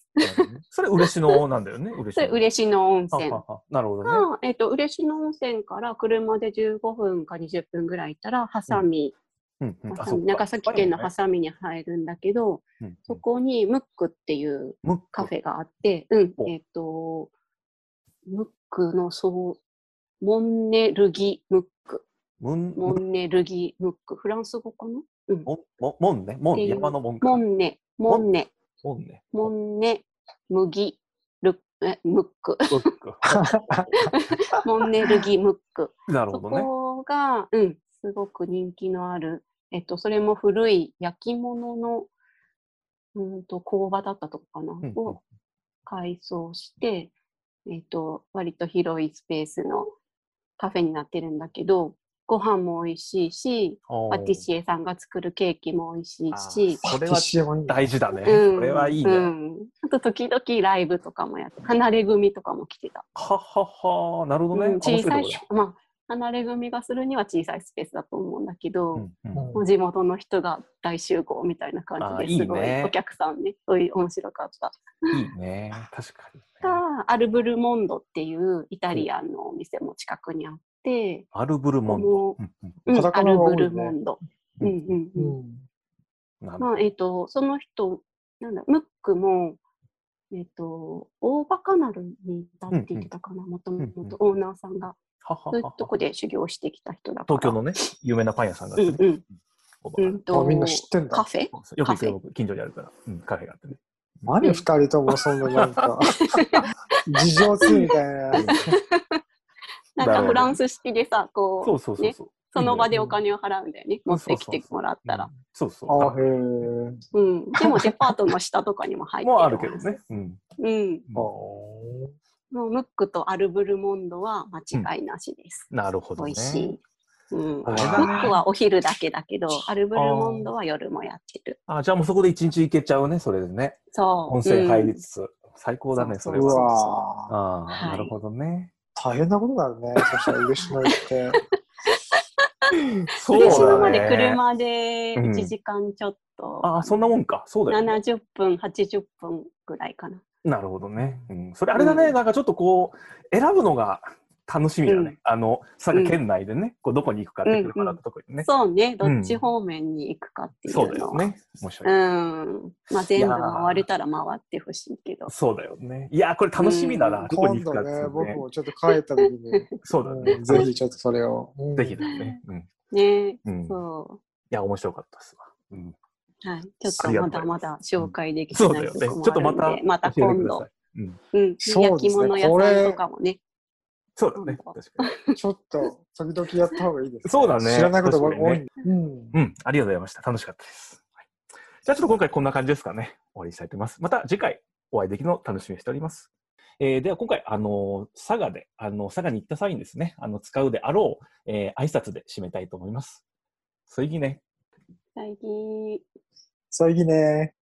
Speaker 2: それ嬉野なんだよね。嬉
Speaker 3: それ
Speaker 2: 野。
Speaker 3: 嬉野温
Speaker 2: は
Speaker 3: 泉
Speaker 2: ははなるほどね。
Speaker 3: が、えっと嬉野温泉から車で15分か20分ぐらい行ったら、ハサミ、
Speaker 2: うんうん
Speaker 3: ハ
Speaker 2: あ
Speaker 3: サ
Speaker 2: そっ
Speaker 3: ミ
Speaker 2: か
Speaker 3: 長崎県のハサミに入るんだけど、
Speaker 2: うんうん
Speaker 3: そこにムックっていう
Speaker 2: ムック
Speaker 3: カフェがあって、うん
Speaker 2: お、
Speaker 3: えっ、と、ムックのそう、モンネルギムック、
Speaker 2: ムン
Speaker 3: モンネルギムック、フランス語かな、うん、
Speaker 2: モンモンモンね。モ
Speaker 3: ってい
Speaker 2: ン
Speaker 3: う
Speaker 2: 山のモンか。
Speaker 3: モンネ、モンネ、
Speaker 2: モンね。
Speaker 3: モンネ、麦、ルえムッ ク、
Speaker 2: ムッ ク
Speaker 3: モンネルギムック。
Speaker 2: なる
Speaker 3: そ
Speaker 2: ほどね。
Speaker 3: こが、うん、すごく人気のある、えっと、それも古い焼き物の、うんと、工場だったとこかな、
Speaker 2: んうん
Speaker 3: を改装して、えっと、割と広いスペースのカフェになってるんだけど、ご飯も美味しいし、パティシエさんが作るケーキも美味しいし、
Speaker 2: あーそれ
Speaker 4: パ
Speaker 2: は
Speaker 4: ティシエもいいね
Speaker 2: 大事だね。
Speaker 3: うん
Speaker 2: それはいいうね。
Speaker 3: ん。あと、時々ライブとかもやって、離れ組とかも来てた。
Speaker 2: ははは。なるほど
Speaker 3: う
Speaker 2: ね。
Speaker 3: ん、小さい
Speaker 2: 面白とこ、
Speaker 3: まあ、離れ組がするには小さいスペースだと思うんだけど、
Speaker 2: だねうんうん
Speaker 3: もう地元の人が大集合みたいな感じ
Speaker 2: あーいいね
Speaker 3: ですごいお客さんねそういう面白かった。
Speaker 2: いいね。確かにね。
Speaker 3: がアルブルモンドっていうイタリアンのお店も近くにあって、
Speaker 2: アルブルモンド
Speaker 3: こ。
Speaker 2: うんうん
Speaker 3: うん
Speaker 4: カタ
Speaker 3: ア
Speaker 4: カナ
Speaker 3: ル
Speaker 4: が多い
Speaker 3: ブ
Speaker 4: ね
Speaker 3: ルモンド。うんうん
Speaker 4: う
Speaker 3: うん
Speaker 4: ん
Speaker 2: なるほ
Speaker 3: まあえっとその人なんだムックも、えっと大バカナルにいたって言ってたかなもともとオーナーさんが
Speaker 2: どはは
Speaker 3: そういう
Speaker 2: は
Speaker 3: とこで修行してきた人だから
Speaker 2: 東京のね、有名なパン屋さんがあ
Speaker 3: う
Speaker 2: ってね
Speaker 3: んうん
Speaker 2: ここ
Speaker 3: う
Speaker 2: が
Speaker 3: んと
Speaker 4: あみんな知ってんだ
Speaker 3: カフェ
Speaker 2: よく行く
Speaker 3: カフェ
Speaker 2: よ、僕近所にあるから。うん、カフェがあってね。
Speaker 4: 何二人ともそんななん か事情通みたいな。
Speaker 3: なん
Speaker 2: だ
Speaker 3: か
Speaker 2: ろうね
Speaker 3: フランス式でさこう
Speaker 2: そうそうそう
Speaker 3: ね
Speaker 2: そう。
Speaker 3: その場でお
Speaker 2: か
Speaker 3: 金を払うんだよね。持ってきてもらったら。。
Speaker 2: そうそう。
Speaker 4: あ
Speaker 2: だ
Speaker 4: へー
Speaker 3: うん。でもデパートの下とかにも入っ て
Speaker 2: もうあるけどね。うん。
Speaker 3: うん。
Speaker 4: あ
Speaker 3: もうムックとアルブルモンドは間違いなしです。
Speaker 2: なるほど
Speaker 3: 美
Speaker 2: ね。
Speaker 3: 味しい。うん。ム
Speaker 2: あれ
Speaker 4: だね
Speaker 3: ックはお昼だけだけど、アルブルモンドは夜もやってる。
Speaker 2: あ、じゃあもうそこで一日行けちゃうね、それでね。
Speaker 3: そう。
Speaker 2: 温泉入り
Speaker 3: うん
Speaker 2: つつ。最高だね、そ
Speaker 3: そう
Speaker 4: ー
Speaker 2: れ
Speaker 4: う
Speaker 2: は。
Speaker 4: わー
Speaker 2: あ
Speaker 3: は
Speaker 2: あ、
Speaker 3: い
Speaker 2: なるほどね。
Speaker 4: 大変なことだ ね。そしたら嬉しの行って。
Speaker 2: そ
Speaker 3: 嬉野
Speaker 2: う
Speaker 3: ま
Speaker 2: だ
Speaker 3: で
Speaker 2: ね。
Speaker 3: 車で
Speaker 2: うん
Speaker 3: 1時間ちょっと。
Speaker 2: ああ、そんなもんか。そうだよね。
Speaker 3: 70分、80分ぐらいかな。
Speaker 2: なるほどね。うん。それあれだね、
Speaker 3: うん
Speaker 2: なんかちょっとこう、選ぶのが楽しみだね。
Speaker 3: うん
Speaker 2: あの、佐賀県内でね、こうどこに行くかって車だと特にね。
Speaker 3: そうね、どっち方面に行くかっていうの
Speaker 2: そ
Speaker 3: は
Speaker 2: うだよね。面白い。
Speaker 3: うん。まあ、全部回れたら回ってほしいけど。
Speaker 2: そうだよね。いやー、これ楽しみだな。
Speaker 3: うん
Speaker 2: どこに
Speaker 4: 今
Speaker 2: 行くか
Speaker 4: 度
Speaker 2: ってい
Speaker 4: ね、
Speaker 2: う
Speaker 4: 僕
Speaker 2: ね。
Speaker 4: もちょっと帰った時に、
Speaker 2: そうだね。
Speaker 4: うんぜひちょっとそれを。うん
Speaker 2: ぜひだね。うん。
Speaker 3: ね
Speaker 2: うん、い
Speaker 3: そ
Speaker 2: や、面白かったっすわ。うん、
Speaker 3: はい、ちょっとまだまだ紹介できて
Speaker 2: そうだ
Speaker 3: ない
Speaker 2: よ
Speaker 3: と
Speaker 2: ね。
Speaker 3: こ
Speaker 2: ち
Speaker 3: ろ
Speaker 2: ょ
Speaker 3: も
Speaker 2: っ
Speaker 3: ある
Speaker 2: と
Speaker 3: ん
Speaker 2: ま
Speaker 3: で、
Speaker 2: た
Speaker 3: また
Speaker 2: 教えて
Speaker 3: 今
Speaker 2: くださ
Speaker 3: 度
Speaker 2: い。、うん、
Speaker 3: うん、
Speaker 4: そう
Speaker 3: 焼
Speaker 4: で
Speaker 3: き
Speaker 4: すね
Speaker 3: 物屋さんとかもね、
Speaker 2: そうだね。
Speaker 3: 今度
Speaker 2: 確かに。
Speaker 4: ちょっと、時々やった方がいいです、
Speaker 2: そうだね
Speaker 4: 知らないことが多い
Speaker 2: 確かに
Speaker 4: んで。うん。
Speaker 2: うん、ありがとうございました。楽しかったです。はいじゃあちょっと今回こんな感じですかね。終わりにしたいと思います。また次回お会いできるのを楽しみにしております。えーでは今回、あのー佐賀で、あの佐賀に行った際にですね、あの使うであろう、えー挨拶で締めたいと思います。それいね。
Speaker 3: 最近、
Speaker 4: それいいね。